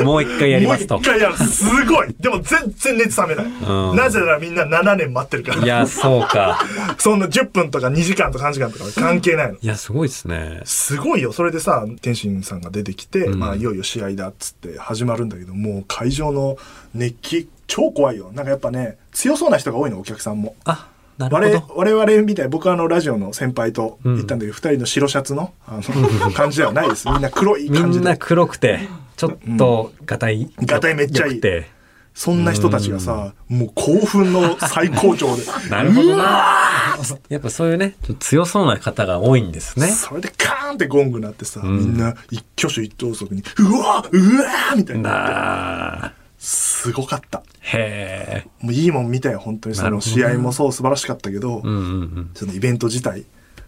Speaker 2: もう一回やります
Speaker 1: も
Speaker 2: と
Speaker 1: う一。回やるすごいでも全然熱冷めない、
Speaker 2: うん
Speaker 1: なぜならみんな7年待ってるから
Speaker 2: いや、そうか。
Speaker 1: そんな10分とか2時間とか3時間とか関係ないの
Speaker 2: いや、すごいですね。
Speaker 1: すごいよそれでさ天心さんが出てきて、
Speaker 2: うん
Speaker 1: まあ、いよいよ試合だっつって始まるんだけどもう会場の熱気超怖いよなんかやっぱね強そうな人が多いのお客さんも
Speaker 2: あ、なるほ
Speaker 1: 我
Speaker 2: ど。
Speaker 1: 々我々みたいに僕はあのラジオの先輩と行ったんだけど、二人の白シャツのあの感じではない
Speaker 2: [LAUGHS]
Speaker 1: ですみんな黒い
Speaker 2: み
Speaker 1: 感じ
Speaker 2: んな
Speaker 1: で
Speaker 2: 黒くて、ちょっと、がたい。
Speaker 1: ガタイめっちゃいい
Speaker 2: 良くて
Speaker 1: そんな人たちがさもう興奮の最高潮で
Speaker 2: [LAUGHS] なるほどなやっぱそういうね、ちょっと強そうな方が多いんですね。
Speaker 1: それでカーンってゴングなってさ、
Speaker 2: ん
Speaker 1: みんな一挙手一投足に「うわうわー!」みたいな
Speaker 2: なあ。
Speaker 1: すごかった
Speaker 2: へえ。
Speaker 1: もういいもん見たよ本当にそ
Speaker 2: なる
Speaker 1: の
Speaker 2: ほど
Speaker 1: 試合もそう素晴らしかったけど、
Speaker 2: うんうんうん。
Speaker 1: そのイベント自体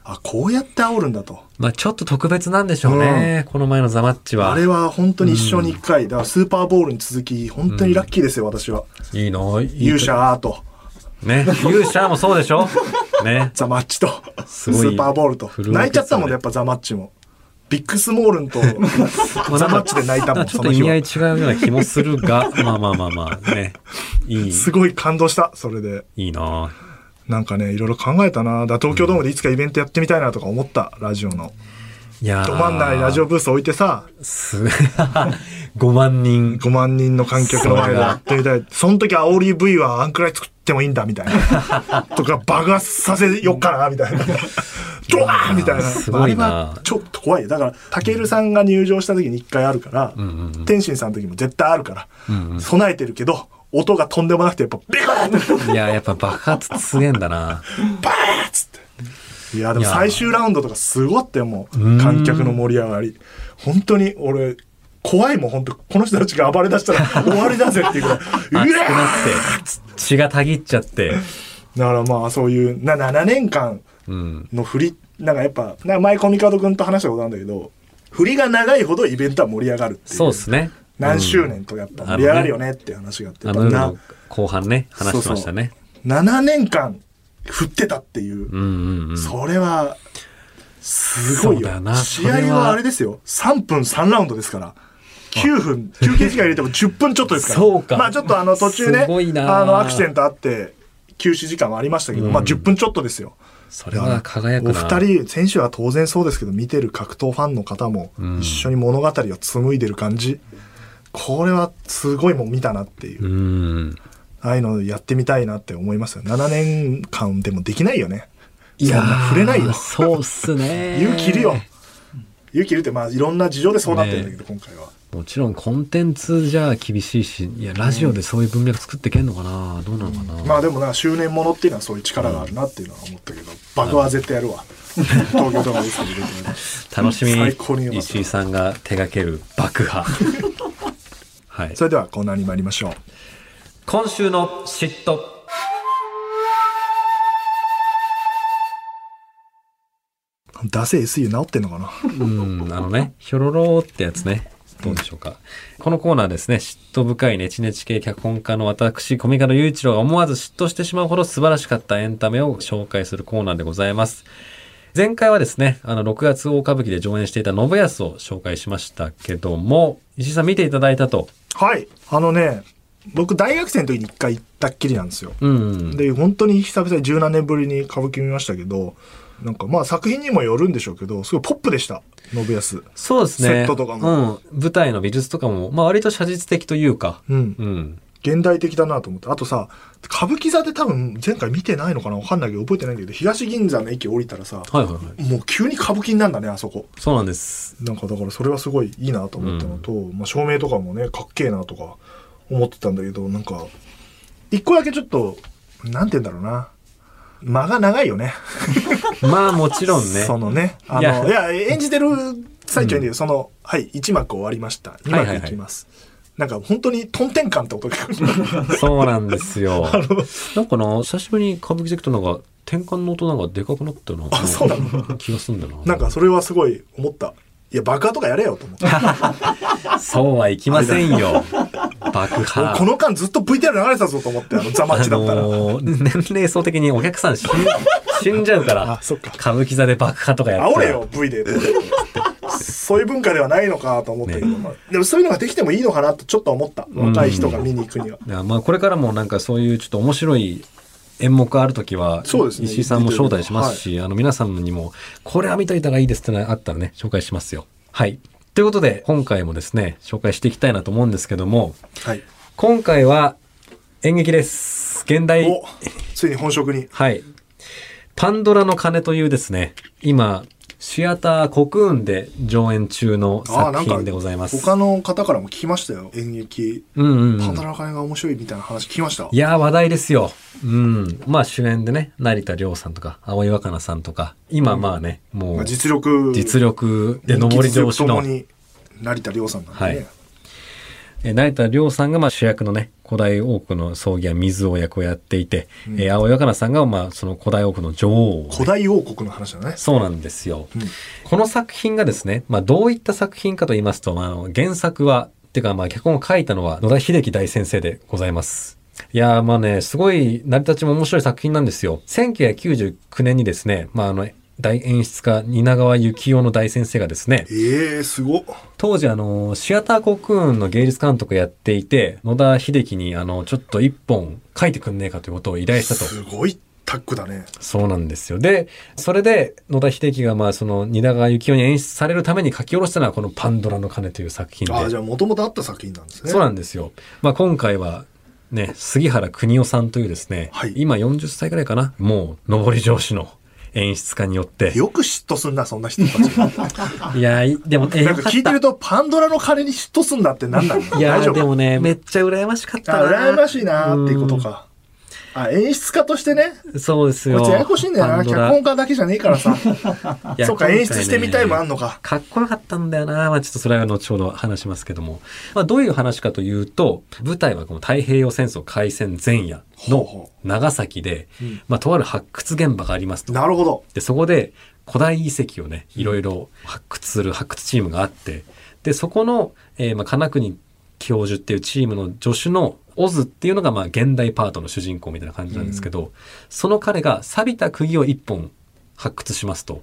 Speaker 1: あこうやって煽るんだと
Speaker 2: まあちょっと特別なんでしょうね。この前のザマッチは。
Speaker 1: あれは本当に一生に一回、だからスーパーボールに続き本当にラッキーですよ私は、
Speaker 2: いいのいい
Speaker 1: 勇者アート
Speaker 2: ね。勇者もそうでし
Speaker 1: [LAUGHS]
Speaker 2: ょね。
Speaker 1: ザマッチとス
Speaker 2: すごい
Speaker 1: ーパーボールと
Speaker 2: フルオーケストラで
Speaker 1: 泣いちゃったもんねやっぱザマッチもビッグスモール
Speaker 2: [LAUGHS]
Speaker 1: ンとザマッチで泣いたもん
Speaker 2: ちょ
Speaker 1: そ
Speaker 2: っと
Speaker 1: の
Speaker 2: 意
Speaker 1: 日
Speaker 2: 味合い
Speaker 1: は
Speaker 2: 違うような気もするが、 [LAUGHS] まあまあまあまあ、ね。いい、
Speaker 1: すごい感動したそれで
Speaker 2: いいな
Speaker 1: なんかねいろいろ考えたなだから東京ドームでいつかイベントやってみたいなとか思ったラジオの
Speaker 2: いやー [LAUGHS]
Speaker 1: ど真ん中にラジオブース置いてさ
Speaker 2: す、 5万人。
Speaker 1: 5万人の観客の前でやってみたい。その時煽り V はあんくらい作ってもいいんだ、みたいな。とか、爆発させよっかな、みたいな。ドワーンみたいな。
Speaker 2: すごいな
Speaker 1: あれはちょっと怖いよ。だから、たけるさんが入場した時に一回あるから、天心さんの時も絶対あるから、備えてるけど、音がとんでもなくて、やっぱ、ビコーンって、
Speaker 2: いや、やっぱ爆発ってすげえんだな。
Speaker 1: バーッつって。いや、でも最終ラウンドとかすごって、もう、観客の盛り上がり。本当に、俺、怖いもん、本当この人たちが暴れ出したら終わりだぜっていうぐらい、うわ
Speaker 2: 熱く
Speaker 1: ー
Speaker 2: なって、血がたぎっちゃって。
Speaker 1: だからまあそういうな7年間
Speaker 2: うん。
Speaker 1: の振りなんかやっぱなんか前コミカド君と話したことあるんだけど振りが長いほどイベントは盛り上がるっていう
Speaker 2: そうですね。
Speaker 1: 何周年とやっぱ盛り上がるよねっていう話があってや
Speaker 2: あ
Speaker 1: っ
Speaker 2: の
Speaker 1: ぱ
Speaker 2: 夜
Speaker 1: な
Speaker 2: の後半ね、話してましたね。
Speaker 1: 7年間振ってたっていう、
Speaker 2: うんうんうん。
Speaker 1: それはすごい
Speaker 2: そうだよ
Speaker 1: よ
Speaker 2: な
Speaker 1: 試
Speaker 2: それ
Speaker 1: 合
Speaker 2: は
Speaker 1: はあれですよ3分3ラウンドですから9分休憩時間入れても10分ちょっとですから
Speaker 2: そうか
Speaker 1: まあちょっとあの途中ね
Speaker 2: すごいな
Speaker 1: あのアクシデントあって休止時間はありましたけど、まあ10分ちょっとですよ
Speaker 2: それは輝くな。
Speaker 1: お二人選手は当然そうですけど見てる格闘ファンの方も一緒に物語を紡いでる感じ、これはすごいもん見たなっていう、
Speaker 2: うん。
Speaker 1: ああいうのやってみたいなって思いますよ7年間でもできないよね
Speaker 2: いや
Speaker 1: そんな
Speaker 2: ー
Speaker 1: 触れないよ
Speaker 2: そうっ
Speaker 1: [LAUGHS]
Speaker 2: すね。
Speaker 1: 勇気いるよ勇気いるってまあいろんな事情でそうなってるんだけど、今回は
Speaker 2: もちろんコンテンツじゃ厳しいし、いや、ラジオでそういう文脈作ってけんのかなどうなのかな、
Speaker 1: まあでもな周年ものっていうのはそういう力があるなっていうのは思ったけど、爆は絶対やるわ東京とかでさ
Speaker 2: 楽しみ
Speaker 1: 最高に良かった
Speaker 2: 石井さんが手掛ける爆
Speaker 1: [LAUGHS]
Speaker 2: 破。はい。
Speaker 1: [LAUGHS] それではコーナーに参りましょう
Speaker 2: 今週の嫉妬。
Speaker 1: ダセ SU 治ってんのかな
Speaker 2: うん、あのね、ひょろろーってやつね。どうでしょうか。このコーナーですね、嫉妬深いネチネチ系脚本家の私、コミカの雄一郎が思わず嫉妬してしまうほど素晴らしかったエンタメを紹介するコーナーでございます。前回はですね、あの、6月大歌舞伎で上演していた信康を紹介しましたけども、石井さん見ていただいたと。
Speaker 1: はい。あのね、僕大学生の時に一回行ったっきりなんですよ。
Speaker 2: うん。
Speaker 1: で、本当に久々に十何年ぶりに歌舞伎見ましたけど、なんかまあ作品にもよるんでしょうけど、すごいポップでした、信康。
Speaker 2: そうですね。
Speaker 1: セットとかも。
Speaker 2: うん。舞台の美術とかも、まあ割と写実的というか。
Speaker 1: うん。
Speaker 2: うん。
Speaker 1: 現代的だなと思って。あとさ、歌舞伎座で多分前回見てないのかなわかんないけど、覚えてないんだけど、東銀座の駅降りたらさ、
Speaker 2: はいはいはい。
Speaker 1: もう急に歌舞伎になるんだね、あそこ。
Speaker 2: そうなんです。
Speaker 1: なんかだからそれはすごいいいなと思ったのと、まあ照明とかもねかっけえなとか思ってたんだけどなんか一個だけちょっとなんて言うんだろうな間が長いよね
Speaker 2: まあもちろん
Speaker 1: [LAUGHS]
Speaker 2: ね。
Speaker 1: そのねあの
Speaker 2: い
Speaker 1: い
Speaker 2: や
Speaker 1: や演じてる最中に、そのはい1幕終わりました2
Speaker 2: はいはいはい
Speaker 1: 幕いきます、なんか本当にトンテンカンって音が聞こえる
Speaker 2: そうなんで
Speaker 1: [LAUGHS]
Speaker 2: すよ。なんかな、久しぶりに歌舞伎で行くとなんか、転換の音なんかでかくなったような。
Speaker 1: あそうなの
Speaker 2: 気がすんだよな。
Speaker 1: なんかそれはすごい思ったいや爆破とかやれよと思
Speaker 2: [LAUGHS]
Speaker 1: って
Speaker 2: そうはいきませんよ。爆破。
Speaker 1: この間ずっと VTR 流れてたぞと思ってあのザマッチだったら、
Speaker 2: あのー年齢層的にお客さん死ん死んじゃうから、
Speaker 1: あそっか
Speaker 2: 歌舞伎座で爆破とかやったら
Speaker 1: 煽れよ V でそういう文化ではないのかと思ったけど、
Speaker 2: ね
Speaker 1: まあでもそういうのができてもいいのかなとちょっと思った若い人が見に行くには、
Speaker 2: いやまあこれからもなんかそういうちょっと面白い演目ある時は、
Speaker 1: そうですね
Speaker 2: 石井さんも招待しますし、あの皆さんにも、これは見といたらいいですってのがあったらね、紹介しますよ。はい。ということで、今回もですね、紹介していきたいなと思うんですけども、
Speaker 1: はい、
Speaker 2: 今回は演劇です。現代。
Speaker 1: おついに本職に
Speaker 2: はい。パンドラの鐘というですね、今、シアターコクーンで上演中の
Speaker 1: ああ
Speaker 2: 作品でございます。
Speaker 1: 他の方からも聞きましたよ演劇
Speaker 2: うんうん、う
Speaker 1: パ
Speaker 2: ん
Speaker 1: ンダ。ラカネが面白いみたいな話聞きました
Speaker 2: いやー話題ですよ。うん。まあ主演でね、成田凌さんとか、青井若菜さんとか、今まあね、も
Speaker 1: まあ
Speaker 2: う
Speaker 1: 実力
Speaker 2: 実力で
Speaker 1: 人
Speaker 2: 上
Speaker 1: 気
Speaker 2: り
Speaker 1: 実
Speaker 2: 調
Speaker 1: 力
Speaker 2: 子
Speaker 1: とも
Speaker 2: の、
Speaker 1: に成田凌さんなんでね、
Speaker 2: はいえー成田凌さんがまあ主役のね、古代王国の葬儀や水王役をやっていて、えー青井若菜さんがまあその古代王国の女王をね、
Speaker 1: 古代王国の話だね
Speaker 2: そうなんですよ。
Speaker 1: ん
Speaker 2: この作品がですね、まあどういった作品かと言いますと、まあ、あの原作は、っていうかまあ脚本を書いたのは野田秀樹大先生でございます。いやーまあね、すごい成り立ちも面白い作品なんですよ。1999年にですね、まああの、大演出家、蜷川幸雄の大先生がですね、
Speaker 1: ええすごっ
Speaker 2: 当時あの、シアターコクーンの芸術監督やっていて、野田秀樹にあの、ちょっと一本書いてくんねえかということを依頼したと。
Speaker 1: すごいタッグだね。
Speaker 2: そうなんですよ。で、それで野田秀樹がまあその蜷川幸雄に演出されるために書き下ろしたのはこのパンドラの鐘という作品で。
Speaker 1: ああ、じゃあもともとあった作品なんですね。
Speaker 2: そうなんですよ。まあ、今回は、ね、杉原邦夫さんというですね、
Speaker 1: はい
Speaker 2: 今40歳ぐらいかな、もう、上り上司の演出家によって。
Speaker 1: よく嫉妬すんな、そんな人たち。
Speaker 2: [LAUGHS] いやー、いでも、えー
Speaker 1: なんか聞いてると、パンドラの鐘に嫉妬すんだってなんなの
Speaker 2: いや
Speaker 1: 大丈
Speaker 2: ー、で
Speaker 1: 夫
Speaker 2: もね、めっちゃ羨ましかっ
Speaker 1: あ、
Speaker 2: たな。
Speaker 1: 羨ましいなーっていうことか。あ、演出家としてね。
Speaker 2: うん。そうです
Speaker 1: こ
Speaker 2: よ。
Speaker 1: いつややこしいんだよ
Speaker 2: パ
Speaker 1: な。
Speaker 2: ンド
Speaker 1: 脚
Speaker 2: ラ
Speaker 1: 本家だけじゃねえからさ。
Speaker 2: [LAUGHS] いや
Speaker 1: そうか、
Speaker 2: 今回ね
Speaker 1: 演出してみたいもあんのか。
Speaker 2: かっこよかったんだよな。まあちょっとそれは後ほど話しますけども。まあどういう話かというと、舞台はこの太平洋戦争開戦前夜
Speaker 1: ほう
Speaker 2: の
Speaker 1: ほ
Speaker 2: 長崎で、
Speaker 1: うん
Speaker 2: まあとある発掘現場がありますと。
Speaker 1: なるほど。
Speaker 2: で、そこで古代遺跡をね、いろいろ発掘する発掘チームがあって、で、そこの、えーまあ金国教授っていうチームの助手のオズっていうのが、まあ現代パートの主人公みたいな感じなんですけど、その彼が錆びた釘を一本発掘しますと。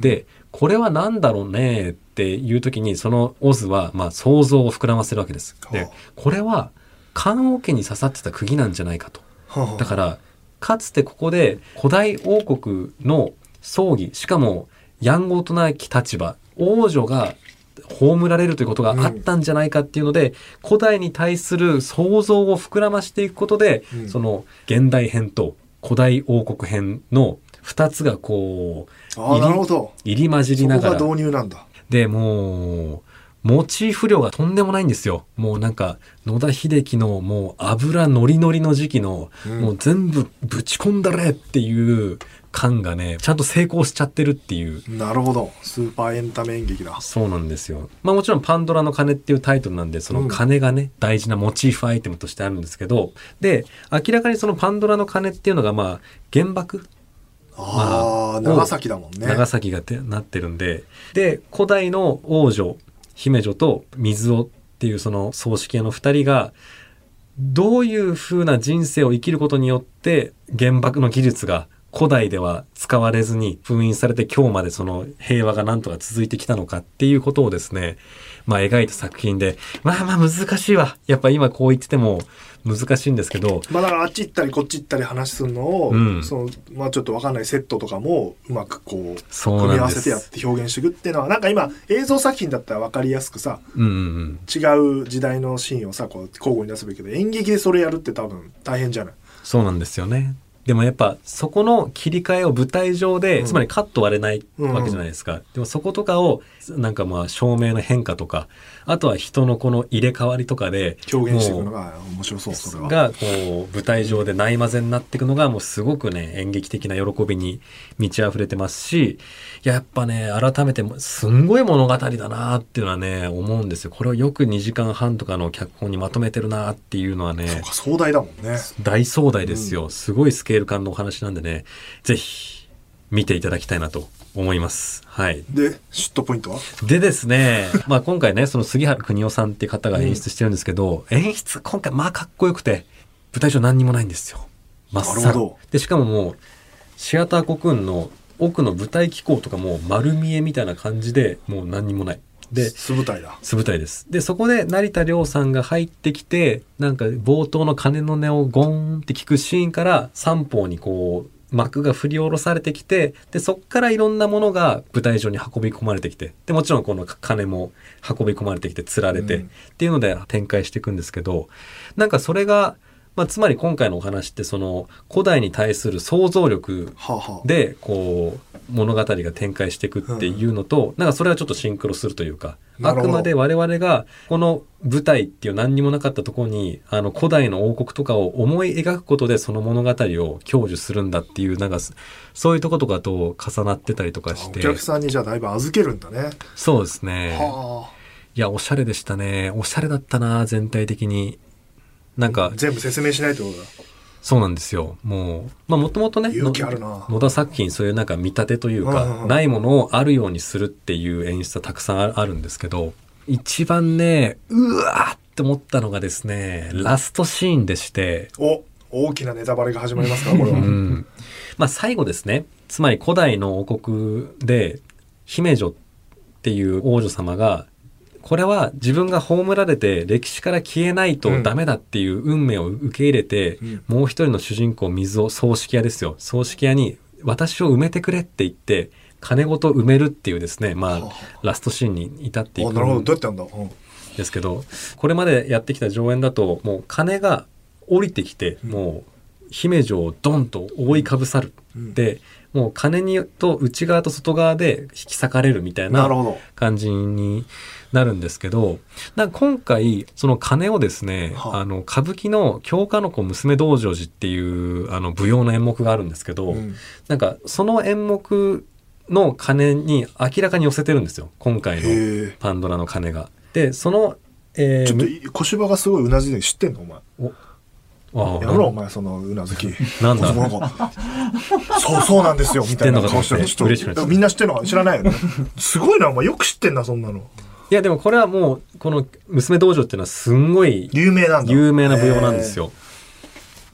Speaker 2: で、これは何だろうねっていう時に、そのオズは、まあ想像を膨らませるわけです。で
Speaker 1: はあ、
Speaker 2: これは、棺桶に刺さってた釘なんじゃないかと。だ
Speaker 1: だ
Speaker 2: からかつてここで古代王国の葬儀しかもやんごとなき立場王女が葬られるということがあったんじゃないかっていうので、古代に対する想像を膨らましていくことで、
Speaker 1: うん
Speaker 2: その現代編と古代王国編の2つがこ
Speaker 1: [LAUGHS]
Speaker 2: う
Speaker 1: ああ、なるほど。
Speaker 2: 入り混じり
Speaker 1: そ
Speaker 2: な
Speaker 1: こ
Speaker 2: が
Speaker 1: が
Speaker 2: ら
Speaker 1: 導入なんだ。
Speaker 2: で、もう、モチーフ量がとんでもないんですよ。もうなんか、野田秀樹のもう油ノリノリの時期の、
Speaker 1: うん
Speaker 2: もう全部ぶち込んだれっていう感がね、ちゃんと成功しちゃってるっていう。
Speaker 1: なるほど。スーパーエンタメ演劇だ。
Speaker 2: そうなんですよ。まあもちろんパンドラの鐘っていうタイトルなんで、その鐘がね、大事なモチーフアイテムとしてあるんですけど、で、明らかにそのパンドラの鐘っていうのがまあ原爆
Speaker 1: ああ、長崎だもんね。
Speaker 2: 長崎がてなってるんでで古代の王女姫女と水尾っていうその葬式屋の2人がどういう風な人生を生きることによって原爆の技術が古代では使われずに封印されて今日までその平和がなんとか続いてきたのかっていうことをですね、まあ描いた作品で、まあまあ難しいわ。やっぱ今こう言ってても難しいんですけど、
Speaker 1: まあだからあっち行ったりこっち行ったり話すのを、
Speaker 2: うん
Speaker 1: そのまあちょっとわかんないセットとかもうまくこう
Speaker 2: そう
Speaker 1: 組
Speaker 2: な
Speaker 1: み合
Speaker 2: ん
Speaker 1: わ
Speaker 2: で
Speaker 1: せてやっ
Speaker 2: す。
Speaker 1: て表現していくっていうのはなんか今映像作品だったらわかりやすくさ
Speaker 2: うんうんうん。
Speaker 1: 違う時代のシーンをさこう交互に出すべきだけど演劇でそれやるって多分大変じゃない
Speaker 2: そうなんですよね。でもやっぱそこの切り替えを舞台上で、
Speaker 1: うん
Speaker 2: つまりカット割れないわけじゃないですか。でもそことかをなんかまあ照明の変化とか、あとは人のこの入れ替わりとかで
Speaker 1: 表現していくの
Speaker 2: も
Speaker 1: が面白そううそれは。
Speaker 2: がこう舞台上でないまぜになっていくのがもうすごくね演劇的な喜びに満ち溢れてますしやっぱね改めてすんごい物語だなっていうのはね思うんですよこれをよく2時間半とかの脚本にまとめてるなっていうのはね
Speaker 1: そうか壮大だもんね。
Speaker 2: 大壮大ですよ、すごいスケール感のお話なんでねぜひ見ていただきたいなと思いますはい
Speaker 1: で嫉妬ポイントは
Speaker 2: でです
Speaker 1: [LAUGHS]
Speaker 2: ねまあ今回ねその杉原邦夫さんっていう方が演出してるんですけど、演出今回まあかっこよくて舞台上何にもないんですよ真っ
Speaker 1: なる
Speaker 2: 青
Speaker 1: ほど
Speaker 2: でしかももうシアターコクーンの奥の舞台機構とかもう丸見えみたいな感じでもう何にもないで
Speaker 1: 素舞台だ。
Speaker 2: 素舞台です。で、そこで成田凌さんが入ってきて、なんか冒頭の鐘の音をゴーンって聞くシーンから三方にこう、幕が振り下ろされてきて、で、そっからいろんなものが舞台上に運び込まれてきて、で、もちろんこの鐘も運び込まれてきて、釣られ
Speaker 1: う
Speaker 2: て、
Speaker 1: ん
Speaker 2: っていうので展開していくんですけど、なんかそれが、まあ、つまり今回のお話ってその古代に対する想像力
Speaker 1: はあ、はあ、
Speaker 2: でこう物語が展開していくっていうのと、なんかそれはちょっとシンクロするというか
Speaker 1: な
Speaker 2: あ
Speaker 1: るほ
Speaker 2: く
Speaker 1: ど
Speaker 2: まで我々がこの舞台っていう何にもなかったところにあの古代の王国とかを思い描くことでその物語を享受するんだっていうなんかそそういうとことかと重なってたりとかし
Speaker 1: お
Speaker 2: て
Speaker 1: 客さんにじゃあだいぶ預けるんだね。
Speaker 2: そうですね、
Speaker 1: はい
Speaker 2: やおしゃれでしたねおしゃれだったな全体的になんか
Speaker 1: あ全部説明しないってことだ。
Speaker 2: そうなんですよ。もう、まあもともとね、
Speaker 1: 勇気あるな
Speaker 2: の野田作品そういうなんか見立てというか、
Speaker 1: うんうん
Speaker 2: ないものをあるようにするっていう演出はたくさんあるあるんですけど、一番ね、うわーって思ったのがですね、ラストシーンでして、
Speaker 1: お大きなネタバレが始まりますからこれ
Speaker 2: [LAUGHS]
Speaker 1: は。
Speaker 2: うん。まあ最後ですね。つまり古代の王国で、姫女っていう王女様がこれは自分が葬られて歴史から消えないとダメだっていう運命を受け入れて、
Speaker 1: うん
Speaker 2: もう一人の主人公水を葬式屋ですよ葬式屋に私を埋めてくれって言って金ごと埋めるっていうですねまあ
Speaker 1: は
Speaker 2: ラストシーンに至ってい
Speaker 1: あ
Speaker 2: く
Speaker 1: なるほど
Speaker 2: ん
Speaker 1: どうやってやんだ、うん
Speaker 2: ですけどこれまでやってきた上演だともう金が降りてきて、
Speaker 1: うん
Speaker 2: もう姫路をドンと覆いかぶさる、
Speaker 1: うん
Speaker 2: でもう金にと内側と外側で引き裂かれるみたい
Speaker 1: な
Speaker 2: な
Speaker 1: るほど
Speaker 2: 感じになるんですけど、なんか今回、その鐘をですね、
Speaker 1: はあ
Speaker 2: あの、歌舞伎の京花の子娘道成寺っていう、あの、舞踊の演目があるんですけど、
Speaker 1: うん
Speaker 2: なんか、その演目の鐘に明らかに寄せてるんですよ、今回の
Speaker 1: へえ
Speaker 2: パンドラの鐘が。で、その、えー
Speaker 1: ちょっとい小芝がすごいうなずいてる知ってんのお前
Speaker 2: ああ
Speaker 1: やめろお前そのうなずき
Speaker 2: なんだ
Speaker 1: なんかそうそうなんですよみたいな顔してる
Speaker 2: 知ってんのかと思って嬉し
Speaker 1: ちょっ
Speaker 2: くなっちゃ
Speaker 1: と
Speaker 2: った
Speaker 1: みんな知ってるのか知らないよねすごいなお前よく知ってんなそんなの
Speaker 2: いや、でもこれはもう、この娘道場っていうのはすんごい
Speaker 1: 有名なんだ
Speaker 2: 有名な舞踊なんですよ。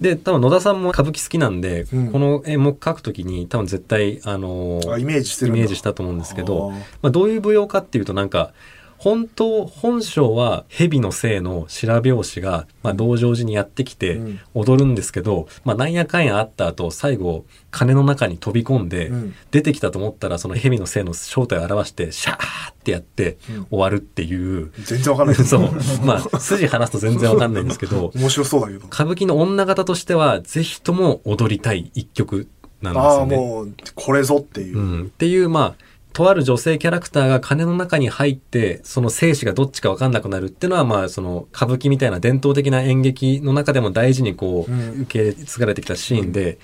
Speaker 2: で、多分野田さんも歌舞伎好きなんで、
Speaker 1: うん
Speaker 2: この演目書くときに多分絶対、あの
Speaker 1: へえあイメージして
Speaker 2: イ
Speaker 1: るんだ
Speaker 2: メージしたと思うんですけど
Speaker 1: あー、
Speaker 2: まあ、どういう舞踊かっていうとなんか本当本性は蛇の性の白拍子が、まあ、道成寺にやってきて
Speaker 1: うん
Speaker 2: 踊るんですけど、まあ、なんやかんやあった後最後鐘の中に飛び込んで、
Speaker 1: うん
Speaker 2: 出てきたと思ったらその蛇の性の正体を表してシャーってやって
Speaker 1: うん
Speaker 2: 終わるっていう、 [LAUGHS]
Speaker 1: 全然わかんない
Speaker 2: そうまあ筋話すと全然わかんないんですけ
Speaker 1: [LAUGHS]
Speaker 2: ど
Speaker 1: 面白そうだけど
Speaker 2: 歌舞伎の女方としてはぜひとも踊りたい一曲なんです
Speaker 1: ああ
Speaker 2: よね。、
Speaker 1: もうこれぞっていううん
Speaker 2: っていうまあとある女性キャラクターが金の中に入ってその生死がどっちか分かんなくなるっていうのはまあその歌舞伎みたいな伝統的な演劇の中でも大事にこう
Speaker 1: うん
Speaker 2: 受け継がれてきたシーンで、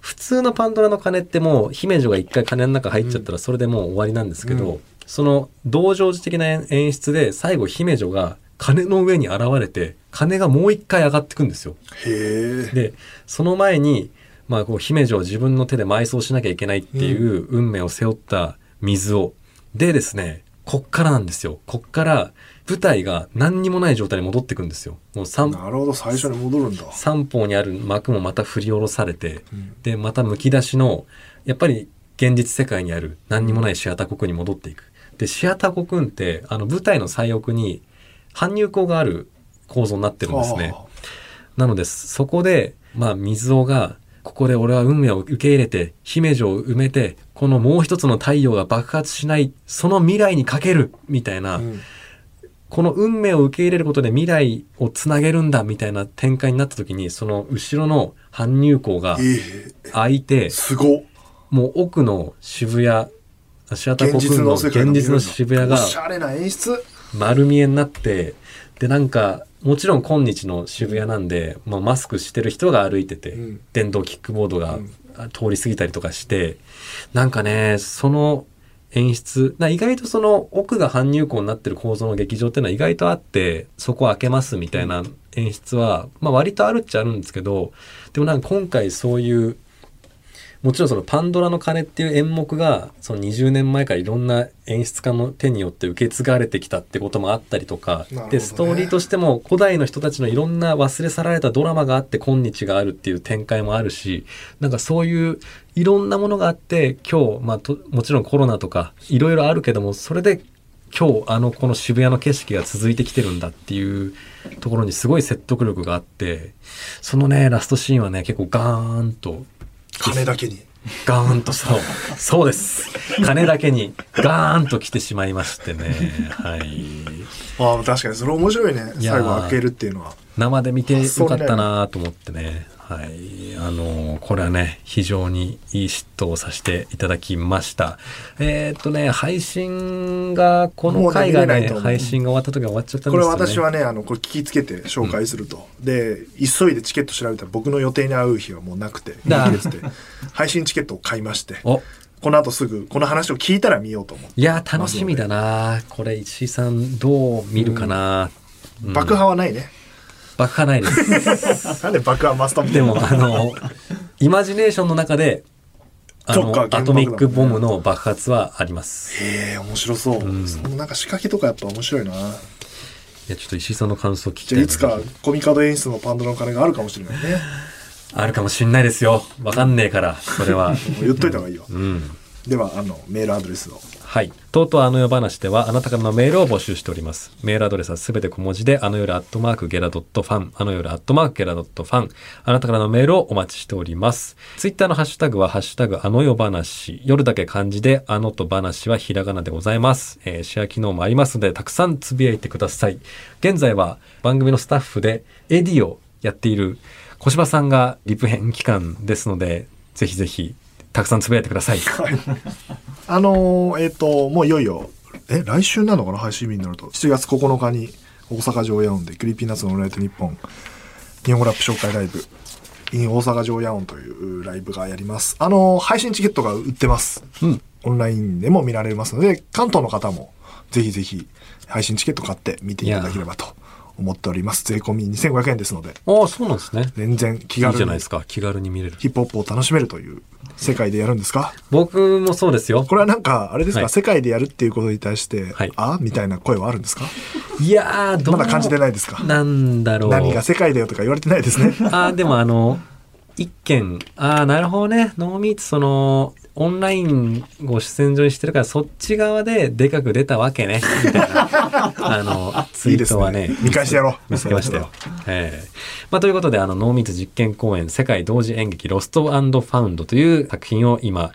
Speaker 2: 普通のパンドラの鐘ってもう姫女が一回鐘の中入っちゃったらそれでもう終わりなんですけど、
Speaker 1: う
Speaker 2: その同情寺的な演演出で最後姫女が鐘の上に現れて鐘がもう一回上がってくんですよ。
Speaker 1: へえ
Speaker 2: でその前に、まあ、こう姫路を自分の手で埋葬しなきゃいけないっていう運命を背負った水を、でですねこっからなんですよこっから舞台が何にもない状態に戻ってくんですよもう三
Speaker 1: なるほど最初に戻るんだ
Speaker 2: 三方にある幕もまた振り下ろされて
Speaker 1: うん
Speaker 2: でまたむき出しのやっぱり現実世界にある何にもないシアター国に戻っていくでシアター国ってあの舞台の最奥に搬入口がある構造になってるんですね。
Speaker 1: は
Speaker 2: なので、そこで、まあ、水尾が、ここで俺は運命を受け入れて、姫路を埋めて、このもう一つの太陽が爆発しない、その未来にかけるみたい
Speaker 1: あ
Speaker 2: な、
Speaker 1: うん
Speaker 2: この運命を受け入れることで未来をつなげるんだみたいな展開になった時に、その後ろの搬入口が
Speaker 1: ええ
Speaker 2: 開いて、
Speaker 1: すごっ
Speaker 2: もう奥の渋谷、シアター
Speaker 1: 現
Speaker 2: コ
Speaker 1: 実
Speaker 2: フン
Speaker 1: の
Speaker 2: の
Speaker 1: 世界
Speaker 2: 現
Speaker 1: 見えるんだ
Speaker 2: 実の渋谷が
Speaker 1: おしゃれな演出
Speaker 2: 丸見えになって、で、なんか、もちろん今日の渋谷なんで、まあ、マスクしてる人が歩いてて、
Speaker 1: うん
Speaker 2: 電動キックボードが
Speaker 1: うん
Speaker 2: あ通り過ぎたりとかして、なんかね、その演出、な意外とその奥が搬入口になってる構造の劇場っていうのは意外とあって、そこ開けますみたいな演出は、まあ割とあるっちゃあるんですけど、でもなんか今回そういう、もちろんそのパンドラの鐘っていう演目がその20年前からいろんな演出家の手によって受け継がれてきたってこともあったりと
Speaker 1: な
Speaker 2: か、
Speaker 1: るほどね
Speaker 2: でストーリーとしても古代の人たちのいろんな忘れ去られたドラマがあって今日があるっていう展開もあるしなんかそういういろんなものがあって今日、まあ、ともちろんコロナとかいろいろあるけどもそれで今日あのこの渋谷の景色が続いてきてるんだっていうところにすごい説得力があってそのねラストシーンはね結構ガーンと
Speaker 1: 金だけに
Speaker 2: ガーンとそう。そうです。金だけにガーンと来てしまいましてね。はい。
Speaker 1: ああ確かにそれ面白いね
Speaker 2: いやー
Speaker 1: 最後開けるっていうのは
Speaker 2: 生で見てよかったなと思ってね。はい。あのーこれはね、非常にいい嫉妬をさせていただきました。えーっとね、配信が、この回が
Speaker 1: もうね見れない
Speaker 2: ね、
Speaker 1: と思う
Speaker 2: 配信が終わった時は終わっちゃったん
Speaker 1: こ
Speaker 2: です
Speaker 1: れ
Speaker 2: よね。
Speaker 1: 私はねあのこれ聞きつけて紹介すると、で急いでチケット調べたら僕の予定に合う日はもうなくて
Speaker 2: だ
Speaker 1: 見切れてて配信チケットを買いまして
Speaker 2: お
Speaker 1: この後すぐこの話を聞いたら見ようと思って
Speaker 2: いやー、楽しみだなこれ、石井さん、どう見るかな、うん
Speaker 1: 爆破はないね、
Speaker 2: 爆破ないです。
Speaker 1: なんで爆破マスター
Speaker 2: でも、あの、イマジネーションの中で、あ
Speaker 1: そっ
Speaker 2: の、
Speaker 1: か
Speaker 2: アトミックボムの爆発はあります。
Speaker 1: へえ面白そう、そのなんか仕掛けとかやっぱ面白いない
Speaker 2: や、ちょっと石井さんの感想聞きた
Speaker 1: じ
Speaker 2: い
Speaker 1: ゃあ
Speaker 2: ない
Speaker 1: つかコミカド演出のパンドラの金があるかもしれないね
Speaker 2: あるかもしんないですよ。わかんねえから、それは。
Speaker 1: もう言っといた方がいいよ、
Speaker 2: うん。
Speaker 1: ではあのメールアドレスを
Speaker 2: はい。とうとうあの世話では、あなたからのメールを募集しております。メールアドレスはすべて小文字で、あの夜アットマークゲラドットファン、あの夜アットマークゲラドットファン、あなたからのメールをお待ちしております。ツイッターのハッシュタグは、ハッシュタグあの夜話、夜だけ漢字で、あのと話はひらがなでございます。えーシェア機能もありますので、たくさんつぶやいてください。現在は番組のスタッフで、エディをやっている小柴さんがリプ編期間ですので、ぜひぜひ、たくさんつぶやいてください。
Speaker 1: あのーえっ、ともういよいよえ来週なのかな配信日になると7月9日に大阪城ヤオンでクリーピーナッツのオールナイトニッポン日本語ラップ紹介ライブ in 大阪城ヤオンというライブがやりますあのー配信チケットが売ってます、
Speaker 2: うん
Speaker 1: オンラインでも見られますので関東の方もぜひぜひ配信チケット買って見ていただければと思っております税込み2500円ですので
Speaker 2: ああ、そうなんですね。
Speaker 1: 全然気
Speaker 2: いい
Speaker 1: 軽
Speaker 2: じゃない
Speaker 1: に
Speaker 2: ですか。気軽に見れる。
Speaker 1: ヒップホップを楽しめるという世界でやるんですか
Speaker 2: 僕もそうですよ。
Speaker 1: これはなんか、あれですか、
Speaker 2: はい
Speaker 1: 世界でやるっていうことに対して、
Speaker 2: はい
Speaker 1: あみたいな声はあるんですか
Speaker 2: いやー、どう
Speaker 1: まだ感じてないですか
Speaker 2: なんだろう。
Speaker 1: 何が世界だよとか言われてないです
Speaker 2: [LAUGHS]
Speaker 1: ね。
Speaker 2: あーでもあの、一件、ああ、なるほどね。ノーミーツ、その、オンラインを主戦場にしてるから、そっち側ででかく出たわけね。みた
Speaker 1: [LAUGHS]
Speaker 2: いな、あの、ツ
Speaker 1: い
Speaker 2: イ
Speaker 1: いで
Speaker 2: ー
Speaker 1: す
Speaker 2: トはね。
Speaker 1: ね。見返してやろう。
Speaker 2: 見つけましたよ。ええまあ、ということで、あの、濃密実験公演、世界同時演劇、ロストファウンドという作品を今、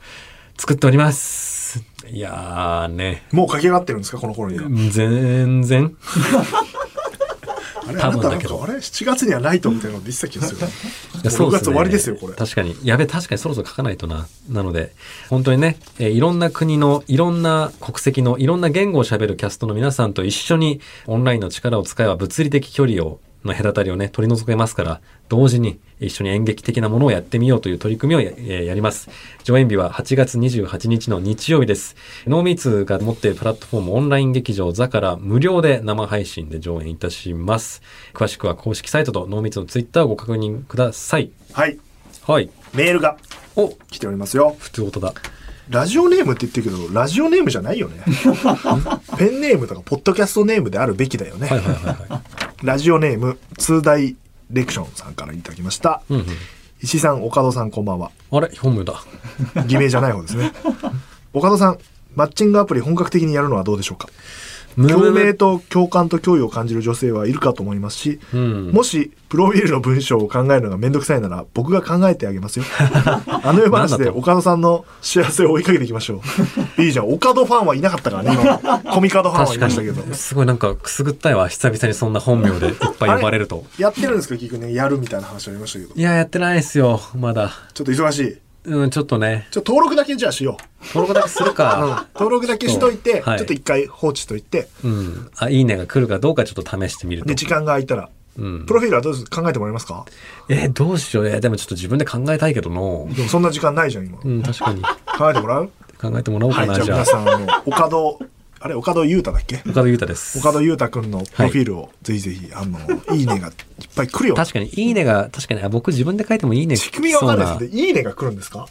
Speaker 2: 作っております。いやーね、
Speaker 1: もう駆け上がってるんですか、この頃には。
Speaker 2: 全然。
Speaker 1: あれ、
Speaker 2: 多
Speaker 1: あなた
Speaker 2: 分
Speaker 1: な
Speaker 2: だ
Speaker 1: ん
Speaker 2: け
Speaker 1: か、
Speaker 2: ど
Speaker 1: あれ、7月にはないとみたいなの出てた気がするな。
Speaker 2: いやそう
Speaker 1: 6
Speaker 2: で
Speaker 1: 月
Speaker 2: す
Speaker 1: 終わりですよ、これ。
Speaker 2: 確かに。やべ、確かにそろそろ書かないとな。なので、本当にね、えーいろんな国の、いろんな国籍の、いろんな言語を喋るキャストの皆さんと一緒に、オンラインの力を使えば物理的距離を、の隔たりをね、取り除けますから、同時に一緒に演劇的なものをやってみようという取り組みをや,、えーやります。上演日は8月28日の日曜日です。ノーミーツが持っているプラットフォームオンライン劇場ザから無料で生配信で上演いたします。詳しくは公式サイトとノーミーツのツイッターをご確認ください。
Speaker 1: [LAUGHS] はい。
Speaker 2: はい。
Speaker 1: メールが
Speaker 2: お、
Speaker 1: 来ておりますよ。
Speaker 2: 普通音だ。
Speaker 1: ラジオネームって言ってるけど、ラジオネームじゃない
Speaker 2: [LAUGHS]
Speaker 1: よね。ペンネームとか、ポッドキャストネームであるべきだよね。
Speaker 2: はいはいは
Speaker 1: [LAUGHS]
Speaker 2: いは
Speaker 1: ラジオネーム、通大レクションさんからいただきました。
Speaker 2: い。うんうん。
Speaker 1: 石井さん、岡戸さん、こんばんは。
Speaker 2: あれ本名だ。
Speaker 1: 偽名じゃない方ですね。岡田さん、マッチングアプリ本格的にやるのはどうでしょうか
Speaker 2: むむ
Speaker 1: 共鳴
Speaker 2: む。
Speaker 1: と共感と脅威を感じる女性はいるかと思いますし、
Speaker 2: うん
Speaker 1: もし、プロフィールの文章を考えるのがめんどくさいなら、僕が考えてあげますよ。あの世話で岡田さんの幸せを追いかけていきましょう。いいじゃん。岡田ファンはいなかったからね、今。コミカドファンはい
Speaker 2: 確か
Speaker 1: ましたけど。
Speaker 2: に。すごいなんかくすぐったいわ。久々にそんな本名でいっぱい呼ばれると。
Speaker 1: やってるんですか結局ね、やるみたいな話ありましたけど。
Speaker 2: いや、やってないですよ。まだ。
Speaker 1: ちょっと忙しい。
Speaker 2: うん、ちょっとね。
Speaker 1: ちょっと登録だけじゃあしよう。
Speaker 2: 登録だけする
Speaker 1: うん [LAUGHS]
Speaker 2: か。
Speaker 1: 登録だけしといて、
Speaker 2: はい
Speaker 1: ちょっと一回放置しといて、
Speaker 2: うん。あ、いいねが来るかどうかちょっと試してみると
Speaker 1: で、。時間が空いたら、
Speaker 2: うん
Speaker 1: プ。ロフィールはどうです考えてもらえますか
Speaker 2: えー、どうしよう。えー、でもちょっと自分で考えたいけどの。
Speaker 1: でもそんな時間ないじゃん、今。
Speaker 2: うん、確かに。
Speaker 1: 考えてもらう
Speaker 2: 考えてもらおう
Speaker 1: は
Speaker 2: か
Speaker 1: い、じゃ
Speaker 2: な、
Speaker 1: あ
Speaker 2: じゃ
Speaker 1: 皆
Speaker 2: あ。
Speaker 1: さん、あの、岡戸、あれ、岡戸優太だっけ
Speaker 2: 岡田裕太です。
Speaker 1: 岡戸優太くんのプロフィールを、ぜひぜひ、あの、いいねがいっぱい来るような。
Speaker 2: 確かに、いいねが、確かに、あ僕自分で書いてもいいね
Speaker 1: 仕組みがわかんない
Speaker 2: そう
Speaker 1: ですけど、いいねが来るんですか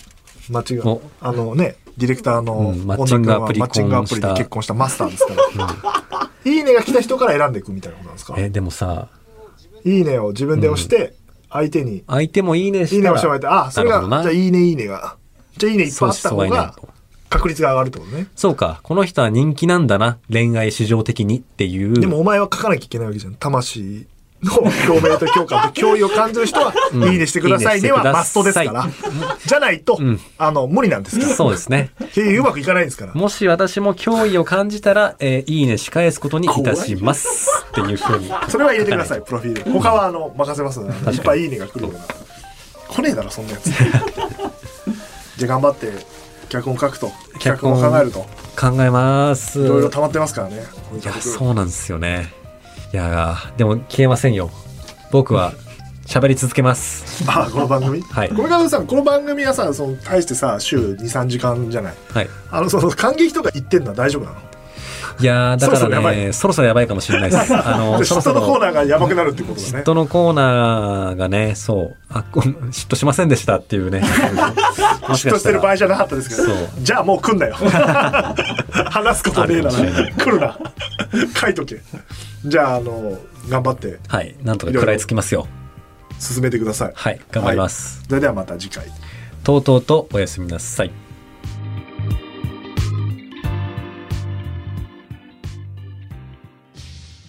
Speaker 1: 間違い
Speaker 2: お。
Speaker 1: あのね、ディレクターの、
Speaker 2: うんマッチングアプリ
Speaker 1: マッチングアプリで結婚したマスターですから。 [LAUGHS] いいねが来た人から選んでいくみたいなことなんですか
Speaker 2: なえー、でもさ、
Speaker 1: いいねを自分で押して、相手に、
Speaker 2: 相手もいいね
Speaker 1: いい
Speaker 2: し
Speaker 1: ね
Speaker 2: た
Speaker 1: を
Speaker 2: ら。
Speaker 1: してもらえて、あ、それ
Speaker 2: な
Speaker 1: が、
Speaker 2: る
Speaker 1: じ
Speaker 2: ほど
Speaker 1: ゃ
Speaker 2: な
Speaker 1: あいいね、いいねが。じゃあいいねいっぱいあった方
Speaker 2: そうしそうはいない
Speaker 1: が
Speaker 2: と、
Speaker 1: 確率が上がるってことね。
Speaker 2: そうか。この人は人気なんだな。恋愛市場的にっていう。
Speaker 1: でもお前は書かなきゃいけないわけじゃん。魂の共鳴と共
Speaker 2: [LAUGHS]
Speaker 1: 感と脅威を感じる人は、
Speaker 2: ん
Speaker 1: いいねしてくださいで
Speaker 2: いいねしてくださ
Speaker 1: はいマストですから。じゃないと、
Speaker 2: ん
Speaker 1: あの、無理なんですから。
Speaker 2: そうですね。
Speaker 1: 経営うまくいかないんですから。
Speaker 2: もし私も脅威を感じたら、えーいいねし返すことにいたします。っていうふうに。
Speaker 1: それは入れてください、プロフィール。他は、あの、任せますので、いっぱいいいねが来るような。来ねえだろ、そんなや
Speaker 2: [LAUGHS]
Speaker 1: つ。じゃあ頑張って、脚本書くと。脚本を考えると。
Speaker 2: 考えます。
Speaker 1: いろいろ溜まってますからね。
Speaker 2: いや、そうなんですよね。いやー、でも消えませんよ。僕は喋り続けます。
Speaker 1: あ、この番組
Speaker 2: [LAUGHS] はい
Speaker 1: これからさ、この番組はさ、その、大してさ、週2、3時間じゃない。
Speaker 2: はい。
Speaker 1: あの、その、感激とか言ってんのは大丈夫なの
Speaker 2: いやー、だ
Speaker 1: そろそろ
Speaker 2: か
Speaker 1: や
Speaker 2: ら
Speaker 1: ばい
Speaker 2: ね、そろそろやばいかもしれないです。あ
Speaker 1: [LAUGHS]
Speaker 2: の、そ
Speaker 1: 嫉
Speaker 2: ろ
Speaker 1: 妬
Speaker 2: そ
Speaker 1: のコー
Speaker 2: ろ。
Speaker 1: ナーがやばくなるってことだね
Speaker 2: 嫉。妬のコーナーがね、そう、あ、こ嫉妬しませんでしたってい
Speaker 1: [LAUGHS]
Speaker 2: うね。もし
Speaker 1: 嫉
Speaker 2: か
Speaker 1: 妬
Speaker 2: し
Speaker 1: したてる場
Speaker 2: ら
Speaker 1: 合じゃなかったですけ
Speaker 2: そ
Speaker 1: ど
Speaker 2: う、
Speaker 1: じゃあもう来んなよ。 [LAUGHS] 話すことねえな
Speaker 2: あるかもしれな
Speaker 1: ら、来るな。書いとけ。じゃあ、あの、頑張って
Speaker 2: はい、なんとか食らいつきますよ。
Speaker 1: 進めてください。
Speaker 2: はい、頑張ります。
Speaker 1: それではまた次回。
Speaker 2: とうとうとおやすみなさい。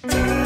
Speaker 1: ね